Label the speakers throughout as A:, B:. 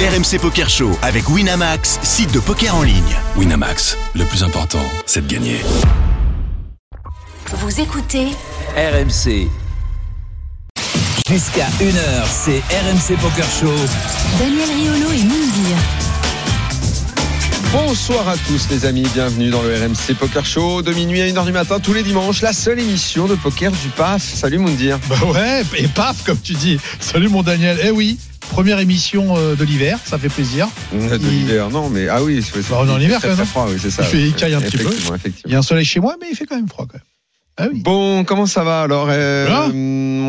A: RMC Poker Show avec Winamax, site de poker en ligne.
B: Winamax, le plus important, c'est de gagner.
C: Vous écoutez
D: RMC. Jusqu'à 1h, c'est RMC Poker Show.
C: Daniel Riolo et Moundir.
E: Bonsoir à tous les amis, bienvenue dans le RMC Poker Show de minuit à 1h du matin tous les dimanches, la seule émission de poker du PAF. Salut Moundir.
F: Bah ouais, et paf, comme tu dis. Salut mon Daniel. Eh oui, première émission euh, de l'hiver, ça fait plaisir.
E: De
F: Bah, Il-
E: l'hiver, non mais ah oui, c'est
F: Bah, on est en hiver,
E: très,
F: quand
E: très
F: même.
E: froid, oui, c'est ça.
F: Il fait- il caille un petit peu.
E: Effectivement,
F: Il
E: effectivement.
F: y a un soleil chez moi, mais il fait quand même froid quand même. Ah oui.
E: Bon, comment ça va alors euh,
F: Ah.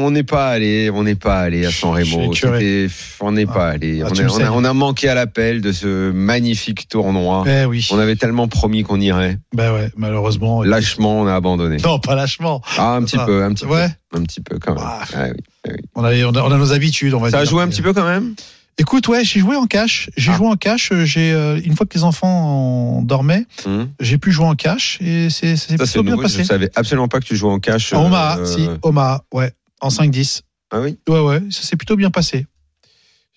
E: On n'est pas allé, on n'est pas allé à San Remo.
F: Je suis écœuré.
E: C'était- On n'est pas
F: Ah.
E: allé.
F: Ah,
E: on,
F: tu
E: a,
F: me
E: on a-
F: saignes.
E: on a manqué à l'appel de ce magnifique tournoi.
F: Eh oui.
E: On avait tellement promis qu'on irait.
F: Bah ouais, malheureusement.
E: Lâchement, on a abandonné.
F: Non, pas lâchement.
E: Ah, un petit
F: Ah.
E: peu, un petit
F: Ouais.
E: peu, un petit peu quand même.
F: Ah.
E: Ah oui.
F: On a, on a, on a nos habitudes, on va
E: Ça a
F: dire.
E: joué un petit peu quand même.
F: Écoute, ouais, j'ai joué en cash. J'ai
E: Ah.
F: joué en cash. euh, J'ai euh, une fois que les enfants en dormaient,
E: Hum.
F: j'ai pu jouer en cash et c'est ça s'est
E: Ça, c'est
F: plutôt bien
E: nouveau. Je
F: passé.
E: savais absolument pas que tu jouais en cash.
F: En Omaha,
E: euh,
F: si, Omaha, ouais, en 5-10.
E: Ah oui
F: Ouais, ouais, ça s'est plutôt bien passé.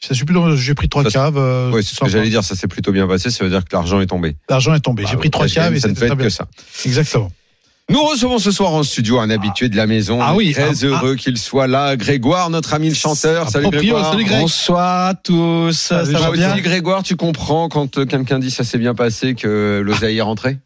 F: Ça s'est plutôt- J'ai pris trois
E: Ça, c'est-
F: caves. euh,
E: Ouais, c'est ce que
F: sympa.
E: j'allais dire. Ça s'est plutôt bien passé. Ça veut dire que l'argent est tombé.
F: L'argent est tombé. J'ai
E: Bah,
F: pris trois
E: au cash
F: caves
E: game,
F: et
E: ça ne peut
F: c'était très
E: être
F: bien.
E: que ça.
F: Exactement.
E: Nous recevons ce soir en studio un habitué de la maison.
F: Ah
E: On est
F: oui,
E: Très
F: ah,
E: heureux qu'il soit là. Grégoire, notre ami le chanteur.
F: Ah,
E: Salut
F: proprio,
E: Grégoire.
F: salut Greg.
G: Bonsoir à tous, ça
F: Salut,
G: va
E: Toi
G: bien
E: aussi, Grégoire, tu comprends quand euh, quelqu'un dit ça s'est bien passé que l'oseille est rentrée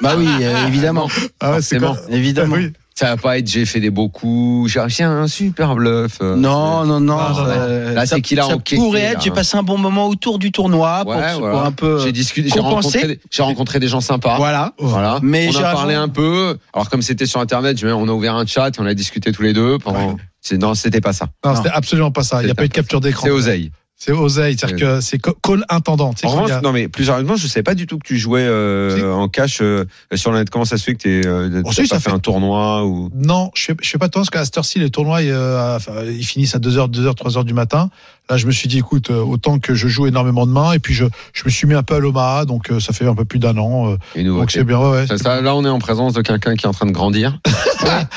G: Bah oui, euh, évidemment,
F: Ah, ouais,
E: Forcément.
G: évidemment.
F: Oui.
E: Ça va pas être j'ai fait des beaux coups, j'ai réussi un super bluff. euh,
G: Non, non,
F: Non,
G: non.
F: non,
G: euh,
E: non. Là, c'est
G: ça-
E: qu'il a
G: Ça
E: encaissé,
G: pourrait
E: là. hein.
G: être. J'ai passé un bon moment autour du tournoi pour,
E: Ouais,
G: pour
E: voilà.
G: un peu.
E: J'ai discuté, j'ai
G: Compenser.
E: rencontré, des- j'ai rencontré des gens sympas.
F: euh,
G: Voilà.
E: Voilà.
G: Mais
E: on
G: j'ai
E: a parlé
G: rajouté-
E: un peu. Alors comme c'était sur internet, je- on a ouvert un chat et on a discuté tous les deux pendant. C'est non, c'était pas ça.
F: Non, c'était absolument pas ça. Il n'y a
E: C'est
F: pas eu de capture d'écran.
E: C'est oseille.
F: C'est oseille. C'est-à-dire que c'est co- call intendant. Tu sais,
E: En
F: quand
E: revanche,
F: il y a-
E: non mais plus sérieusement, je savais pas du tout que tu jouais euh,
F: Si.
E: en cash euh, sur l'internet. Comment ça se fait que t'es euh,
F: Oh,
E: t'as
F: si,
E: pas
F: ça
E: fait
F: fait-
E: un tournoi ou
F: Non, je sais, je sais pas toi, parce qu'à cette heure-ci, les tournois, euh, enfin, ils finissent à 2h, 2h, 3h du matin. Là, je me suis dit, écoute, euh, autant que je joue énormément de mains, et puis je, je me suis mis un peu à l'Omaha, donc euh, ça fait un peu plus d'un an. euh,
G: Oh,
E: une
F: donc
E: nouveauté
F: c'est bien, ouais, ouais.
E: Ça- ça, Là, on est en présence de quelqu'un qui est en train de grandir.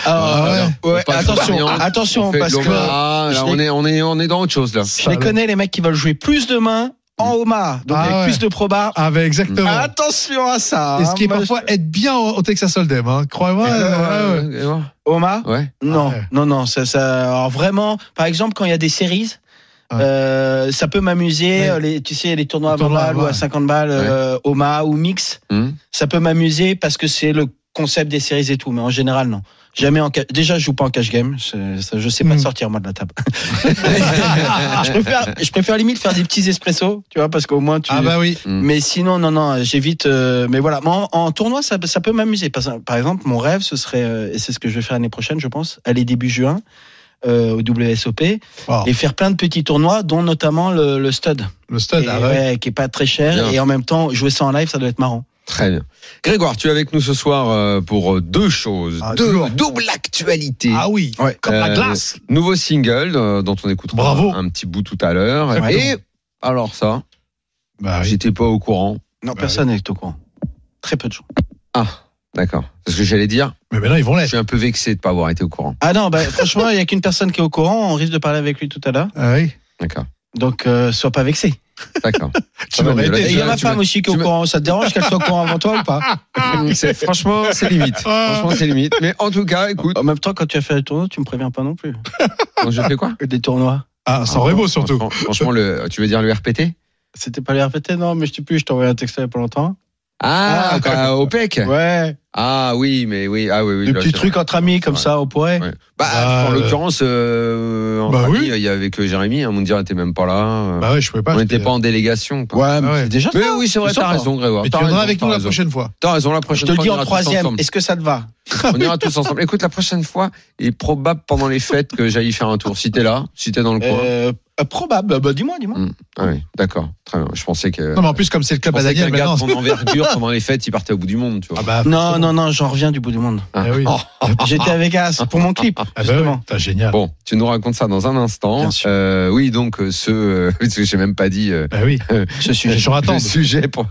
G: Ah, ouais.
E: On passe de
G: attention,
E: variante,
G: attention,
E: on fait de
G: parce que
E: l'Omaha,
G: je
E: là,
G: l'ai-
E: on est on est on est dans autre chose là.
G: je les connais, les mecs qui veulent jouer plus de mains en Omaha, donc
F: Ah,
G: avec
F: ouais.
G: plus de probas.
F: Ah, ben, exactement.
G: Attention à ça.
F: et
G: hein,
F: ce qui est
G: moi,
F: parfois être bien au, au Texas Hold'em, hein. crois-moi. euh, ouais, ouais.
E: Ah, Ouais, ouais.
G: Omaha.
E: Ouais.
G: Non,
F: Ah Ouais.
G: non, non. Ça, ça, alors vraiment, par exemple, quand il y a des séries,
F: Ouais.
G: euh, ça peut m'amuser.
F: Ouais.
G: euh, les- Tu sais, les tournois à
F: Les
G: 20
F: tournois,
G: balles ou
F: ouais.
G: à 50 balles, euh, Omaha ou Mix,
E: Hum.
G: ça peut m'amuser parce que c'est le concept des séries et tout. Mais en général, non. Jamais en ca- déjà, je joue pas en cash game. c'est- ça, je sais pas
F: Hmm.
G: sortir moi de la table. je préfère, je préfère limite faire des petits espressos, tu vois, parce qu'au moins tu. Hmm.
F: Ah, bah oui.
E: hmm.
G: Mais sinon, non, non, j'évite. euh, mais voilà, en, en tournoi, ça, ça peut m'amuser. Parce que, Par exemple, mon rêve, ce serait, euh, et c'est ce que je vais faire l'année prochaine, je pense, aller début juin euh, au WSOP
F: Oh,
G: et faire plein de petits tournois, dont notamment le, le stud,
F: le stud,
G: Et
F: ah, ouais.
G: ouais, qui est pas très cher.
E: Bien.
G: Et en même temps, jouer ça en live, ça doit être marrant.
E: Très bien. Grégoire, tu es avec nous ce soir euh, pour deux choses.
F: Ah,
E: deux,
F: toujours.
E: double actualité.
F: Ah oui,
G: Ouais.
F: comme
E: Euh,
F: la glace.
E: Nouveau single euh, dont on écoutera
F: Bravo.
E: un petit bout tout à l'heure.
F: Exactement.
E: Et alors ça,
F: Bah oui.
E: j'étais pas au courant.
G: Non,
F: Bah
G: personne n'est au courant. Très peu de gens.
E: Ah, d'accord. Parce que j'allais dire,
F: Mais maintenant, ils vont
E: je
F: l'être.
E: suis un peu vexé de pas avoir été au courant.
G: Ah non, bah, franchement, il y a qu'une personne qui est au courant. On risque de parler avec lui tout à l'heure.
F: Ah oui.
E: D'accord.
G: Donc, euh, sois pas vexé.
E: D'accord.
F: Tu
E: va,
F: l'aurais
E: mais là,
G: Et
F: été.
G: il y a
E: Bah, tu
G: ma
E: m'as-
G: femme aussi qui est
E: tu
G: au
E: m'as-
G: courant. Ça te dérange qu'elle soit au courant avant toi ou pas
F: Ah
E: C'est- Franchement, c'est limite. Franchement, c'est limite. Mais en tout cas, écoute,
F: Ah,
G: En même temps, quand tu as fait le tournoi, tu me préviens pas non plus.
F: bah.
E: je fais quoi
G: Des tournois.
F: Ah, sans Rebo surtout.
E: Franchement, franchement, le, tu veux dire le RPT
G: C'était pas les RPT, non, mais je sais plus, je t'ai envoyé un texte il y a pas longtemps.
E: Ah,
G: Ah,
E: bah, au PEC
G: Ouais,
E: Ah oui, mais oui, ah oui, oui.
G: des
E: là,
G: petits
E: c'est-
G: trucs entre amis comme
E: Ouais.
G: ça, on pourrait.
E: Ouais. Bah,
F: Bah,
E: en
F: euh,
E: l'occurrence, euh, entre
F: bah
E: amis,
F: oui.
E: il y avait que Jérémy, hein, Moundir était même pas là.
F: Bah ouais, je pouvais pas.
E: on
F: j'étais-
E: n'était pas en délégation. quoi.
G: Ouais,
F: mais ouais.
G: c'est déjà
E: Mais
G: ça.
E: oui, c'est vrai,
G: C'est
E: t'as
G: sympa.
E: raison, Grégoire.
F: Mais tu
E: t'as
F: viendras
E: raison,
F: avec
E: t'as
F: nous la
E: raison.
F: prochaine fois.
E: T'as raison, la
G: Je
E: prochaine
G: te le
E: fois.
G: dis
E: on
G: en
E: ira tous
G: troisième.
E: ensemble.
G: Est-ce que ça te va
E: On ira tous ensemble. Écoute, la prochaine fois, il est probable pendant les fêtes que j'aille faire un tour. Si t'es là, si t'es dans le coin.
G: Euh, euh, Probable. Bah, dis-moi, dis-moi.
E: Ah oui, d'accord. Très bien. Je pensais que.
F: Non, mais en plus, comme c'est le
E: je
F: club à
E: pensais qu'un
F: Daniel
E: gars
F: maintenant.
E: de son envergure pendant les fêtes, il partait au bout du monde, tu vois.
F: Ah bah,
G: Non, non, non, j'en reviens du bout du monde.
F: Eh oui.
E: Oh.
G: J'étais à Vegas pour mon clip.
F: Ah bah oui,
G: justement.
F: putain, génial.
E: Bon, tu nous racontes ça dans un instant.
G: Bien sûr.
E: Euh, oui, donc euh, ce, euh, parce que j'ai même pas dit euh,
F: Bah oui,
G: Ce
F: les
G: sujet.
F: gens
E: le
F: attendent.
E: sujet pour-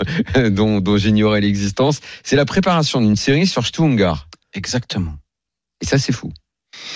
E: dont, dont j'ignorais l'existence, c'est la préparation d'une série sur Stungar.
G: Exactement.
E: Et ça, c'est fou.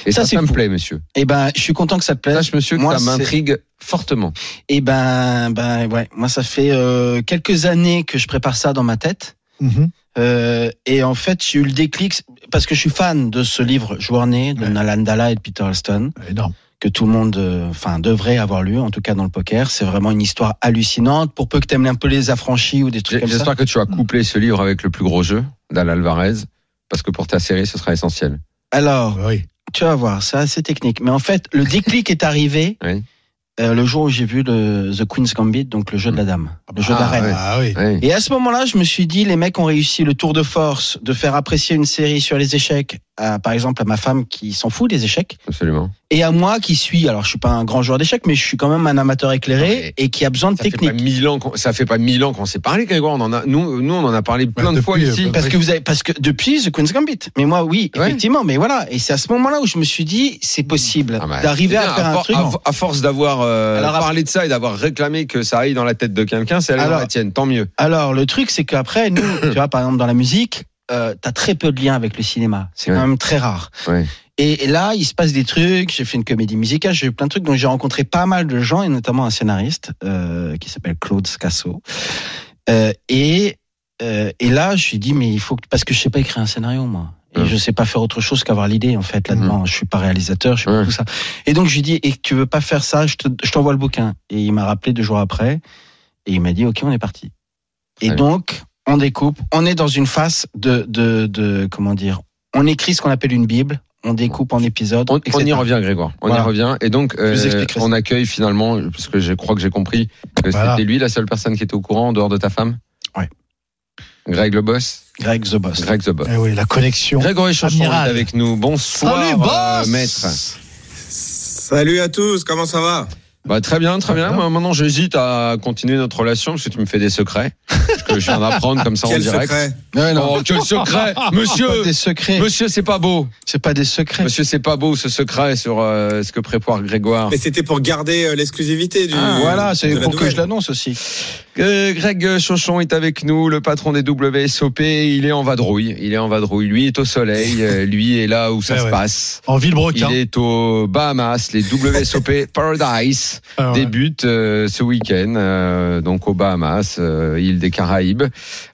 E: Et
G: Ça,
E: ça,
G: c'est
E: ça me
G: fou.
E: plaît, monsieur.
G: Eh ben, je suis content que ça te plaise.
E: Sache, monsieur, que
G: Moi,
E: ça
G: c'est-
E: m'intrigue fortement.
G: Eh ben, ben ouais, moi ça fait euh, quelques années que je prépare ça dans ma tête.
F: Mhm.
G: Euh, et en fait, j'ai eu le déclic parce que je suis fan de ce livre Journée de
F: Ouais.
G: Nalan Dalla et de Peter Alston
F: Énorme.
G: que tout le monde, euh, enfin, devrait avoir lu, en tout cas dans le poker. C'est vraiment une histoire hallucinante. Pour peu que t'aimes un peu les affranchis ou des trucs
E: J'ai-
G: comme ça.
E: J'espère que tu as couplé ce livre avec le plus gros jeu, d'Al Alvarez, parce que pour ta série, ce sera essentiel.
G: Alors,
F: Bah Oui.
G: tu vas voir, c'est assez technique. Mais en fait, le déclic est arrivé
E: Oui.
G: euh, le jour où j'ai vu le The Queen's Gambit, donc le jeu de la dame, le jeu de la
F: ah,
G: reine.
F: ouais. Ah oui.
E: Oui.
G: Et à ce moment-là, je me suis dit, les mecs ont réussi le tour de force de faire apprécier une série sur les échecs, à, par exemple à ma femme qui s'en fout des échecs,
E: Absolument.
G: et à moi qui suis, alors je suis pas un grand joueur d'échecs, mais je suis quand même un amateur éclairé
E: Ouais.
G: et qui a besoin de
E: Ça fait pas
G: technique.
E: mille ans qu'on, ça fait pas mille ans qu'on s'est parlé, Grégoire. On en a, nous, nous, on en a parlé plein de
F: depuis,
E: fois
F: euh,
E: ici.
F: plein de
G: Parce que vous avez, parce que depuis The Queen's Gambit. Mais moi, oui,
E: Ouais.
G: effectivement, mais voilà. Et c'est à ce moment-là où je me suis dit, c'est possible
E: Ah bah,
G: d'arriver
E: c'est bien,
G: à faire un
E: for-
G: truc.
E: à fo- À, force d'avoir euh,
G: Alors, à-
E: parlé de ça et d'avoir réclamé que ça aille dans la tête de quelqu'un, c'est allé dans
G: Alors-
E: la tienne. Tant mieux.
G: Alors, le truc, c'est qu'après, nous, tu vois, par exemple, dans la musique, euh, t'as très peu de liens avec le cinéma. C'est
E: Ouais.
G: quand même très rare.
E: Ouais.
G: Et, et là, il se passe des trucs. J'ai fait une comédie musicale, j'ai eu plein de trucs. Donc, j'ai rencontré pas mal de gens, et notamment un scénariste euh, qui s'appelle Claude Scasso. Euh, et, euh, et là, je suis dit, mais il faut que... Parce que je sais pas écrire un scénario, moi. Et
E: Ouais. Mhm.
G: je sais pas faire autre chose qu'avoir l'idée, en fait, là-dedans. Je suis pas réalisateur, je suis
E: Ouais.
G: pas tout ça. Et donc, je lui dis, et tu veux pas faire ça, je te- je t'envoie le bouquin. Et il m'a rappelé deux jours après. Et il m'a dit, OK, on est parti. Et
E: Très bien.
G: donc, on découpe, on est dans une phase de, de, de comment dire, on écrit ce qu'on appelle une Bible, on découpe en épisodes.
E: On, on
G: etc.
E: y revient, Grégoire. On
G: Voilà.
E: y revient. Et donc, euh,
G: vous expliquerai ça.
E: on accueille finalement, parce que je crois que j'ai compris que
F: Voilà.
E: c'était lui la seule personne qui était au courant en dehors de ta femme.
G: Ouais.
E: Greg le boss.
G: Greg the Boss.
E: Greg the boss.
F: Eh oui, la connexion.
E: Grégory Chanchon est
F: Amiral.
E: avec nous. Bonsoir,
F: Salut,
E: euh,
F: boss
E: maître.
H: Salut à tous, comment ça va
E: Bah, très bien, très bien.
F: Très bien.
E: Moi, maintenant, j'hésite à continuer notre relation parce que tu me fais des secrets parce que je viens d'apprendre comme ça en
H: Quel
E: direct.
H: secret
G: Ouais, non,
E: Oh, quel secret,
G: c'est pas
E: monsieur.
G: des secrets.
E: Monsieur, c'est pas beau.
G: C'est pas des secrets.
E: Monsieur, c'est pas beau ce secret sur euh, ce que prépare Grégoire.
H: Mais c'était pour garder euh, l'exclusivité du.
G: Ah, voilà, c'est
H: de la
G: pour que
H: nouvelle.
G: je l'annonce aussi.
E: Euh, Greg Chauchon est avec nous, le patron des WSOP. Il est en vadrouille. Il est en vadrouille. Lui est au soleil. euh, Lui est là où ça
F: Eh Ouais,
E: se
F: ouais.
E: passe.
F: En ville
E: Il est aux Bahamas. Les WSOP Paradise
F: Ah
E: débutent euh, ce week-end. euh, donc aux Bahamas, euh, île des Caraïbes.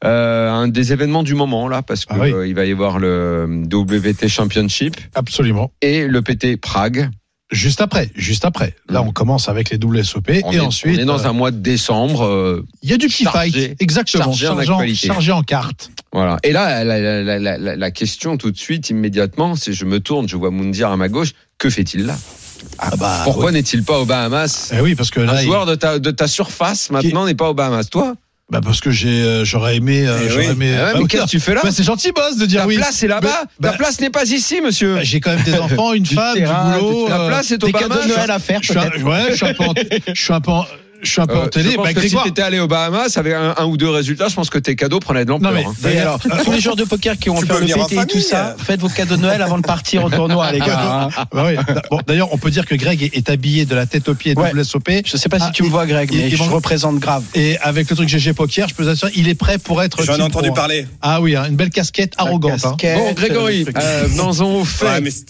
E: Euh, un des événements du moment là, parce que
F: Ah oui.
E: euh, il va y avoir le WT Championship
F: Absolument.
E: et le PT Prague.
F: Juste après, juste après. Là,
E: Mm.
F: on commence avec les WSOP
E: On
F: et
E: est-
F: ensuite,
E: on est dans
F: euh,
E: un mois de décembre. euh,
F: il y a du petit
E: chargé-
F: fight. Exactement.
E: chargé en
F: Chargé en,
E: actualité.
F: chargé en cartes.
E: Voilà. Et là, la, la- la- la- la- la question tout de suite, immédiatement, c'est je me tourne, je vois Moundir à ma gauche, que fait-il là
F: Ah bah.
E: Pourquoi n'est-il pas aux Bahamas
F: Eh oui, parce que
E: Un
F: là, il-
E: joueur de ta, de ta surface maintenant n'est pas aux Bahamas. Toi
F: bah parce que j'ai, euh, j'aurais aimé, euh,
H: Eh
F: j'aurais
H: oui.
F: aimé.
E: Ah ouais,
F: Bah
E: Mais
F: oui,
E: qu'est-ce que
F: non.
E: tu fais là
F: Bah, c'est gentil, boss, de dire
E: Ta
F: oui.
E: place est là-bas,
F: Bah,
E: ta
F: bah,
E: place n'est pas ici, monsieur.
F: Bah, J'ai quand même des enfants, une femme,
E: terrain,
F: du boulot. euh,
E: la place est au
G: Des
E: Bahamas.
G: cadeaux de Noël à faire,
F: Je suis, un,
G: peut-être.
F: ouais, je suis un peu, en, je suis un peu, en, je suis un peu en
E: Euh,
F: télé.
E: je pense
F: Bah,
E: que si
F: Grégoire.
E: t'étais allé aux Bahamas avec un, un ou deux résultats, je pense que tes cadeaux prenaient de
F: Non
E: l'ampleur.
F: mais
E: hein.
G: Et
F: d'ailleurs,
G: alors, tous les joueurs de poker qui ont
H: Tu
G: fait
H: peux
G: le
H: venir en
G: PT et tout
H: famille,
G: ça,
H: euh.
G: faites vos cadeaux de Noël avant de partir au tournoi, les gars.
F: bah oui. Bon, d'ailleurs, on peut dire que Greg est, est habillé de la tête aux pieds
G: Ouais.
F: WSOP.
G: Je sais pas si
F: Ah,
G: tu me vois, Greg,
F: il-
G: mais
F: il
G: je
F: manque-
G: représente grave.
F: Et avec le truc GG Poker, je peux vous assurer, il est prêt pour être.
H: J'en ai
F: team
H: entendu
G: euh,
F: pro.
H: parler.
F: Ah oui, hein, une belle casquette arrogante. hein.
G: Casquette,
E: Bon, Grégory,
G: le truc.
E: euh, venons-en aux faits.
H: Ouais, mais c'est-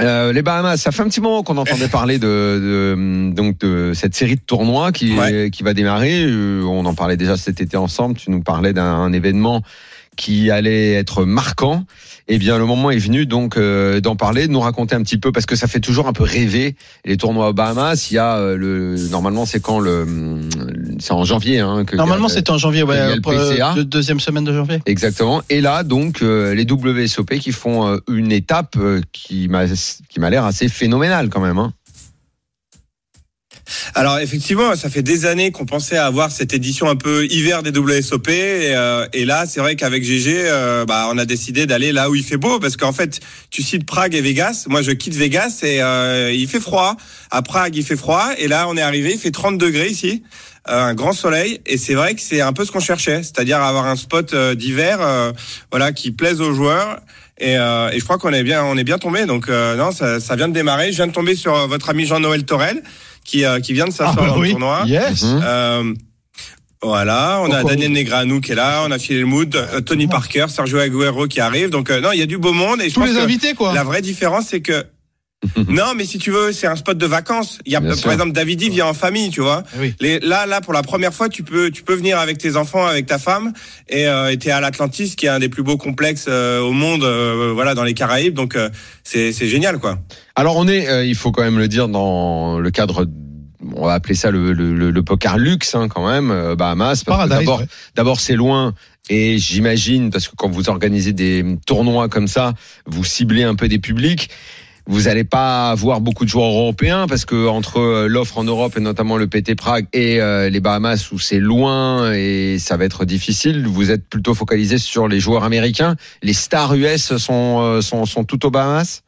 E: Euh, les Bahamas, ça fait un petit moment qu'on entendait parler de, de, hum, donc de cette série de tournois qui
H: Ouais.
E: qui va démarrer. Euh, On en parlait déjà cet été ensemble. Tu nous parlais d'un un événement qui allait être marquant. Eh bien, le moment est venu donc euh, d'en parler, de nous raconter un petit peu parce que ça fait toujours un peu rêver les tournois aux Bahamas. Il y a euh, le normalement c'est quand le hum, c'est en janvier hein, que
G: Normalement,
E: c'est
G: c'était en janvier,
E: il y a
G: ouais,
E: le
G: pour, euh,
E: PCA.
G: deux- deuxième semaine de janvier.
E: Exactement. Et là, donc, euh, les WSOP qui font euh, une étape euh, qui m'a qui m'a l'air assez phénoménale quand même. Hein.
H: Alors effectivement, ça fait des années qu'on pensait avoir cette édition un peu hiver des WSOP. Et, euh, et là, c'est vrai qu'avec GG, euh, bah, on a décidé d'aller là où il fait beau. Parce qu'en fait, tu cites Prague et Vegas. Moi, je quitte Vegas et euh, il fait froid. À Prague, il fait froid. Et là, on est arrivé, il fait 30 degrés ici. Euh, un grand soleil. Et c'est vrai que c'est un peu ce qu'on cherchait. C'est-à-dire avoir un spot euh, d'hiver euh, voilà, qui plaise aux joueurs. Et, euh, et je crois qu'on est bien, on est bien tombé. Donc euh, non, ça, ça vient de démarrer. Je viens de tomber sur euh, votre ami Jean-Noël Torel, qui, euh, qui vient de s'asseoir
F: bah
H: dans
F: oui.
H: le tournoi.
F: Yes.
E: Mhm.
H: Euh, Voilà, on
F: Pourquoi
H: a
F: Ah.
H: Daniel Negreanu qui est là, on a Phil Elmoud, euh, Tony Parker, Sergio Aguero qui arrive. Donc euh, non, il y a du beau monde et je
F: Tous
H: pense
F: les
H: que
F: invités, quoi.
H: la vraie différence c'est que non, mais si tu veux, c'est un spot de vacances. Il y a
E: Bien
H: par
E: sûr.
H: exemple Davidi vient en famille, tu vois.
F: Eh oui.
H: Les, là, là pour la première fois, tu peux, tu peux venir avec tes enfants, avec ta femme, et euh, et t'es à l'Atlantis, qui est un des plus beaux complexes euh, au monde, euh, voilà, dans les Caraïbes. Donc euh, c'est c'est génial, quoi.
E: Alors on est, euh, il faut quand même le dire, dans le cadre, on va appeler ça le, le, le- le poker luxe hein, quand même, euh, Bahamas. parce que
F: Paradise.
E: D'abord,
F: ouais.
E: d'abord c'est loin. Et j'imagine, parce que quand vous organisez des tournois comme ça, vous ciblez un peu des publics. Vous n'allez pas avoir beaucoup de joueurs européens parce que entre euh, l'offre en Europe et notamment le PT Prague et euh, les Bahamas où c'est loin et ça va être difficile, vous êtes plutôt focalisé sur les joueurs américains. Les stars US sont euh, sont, sont tout aux Bahamas.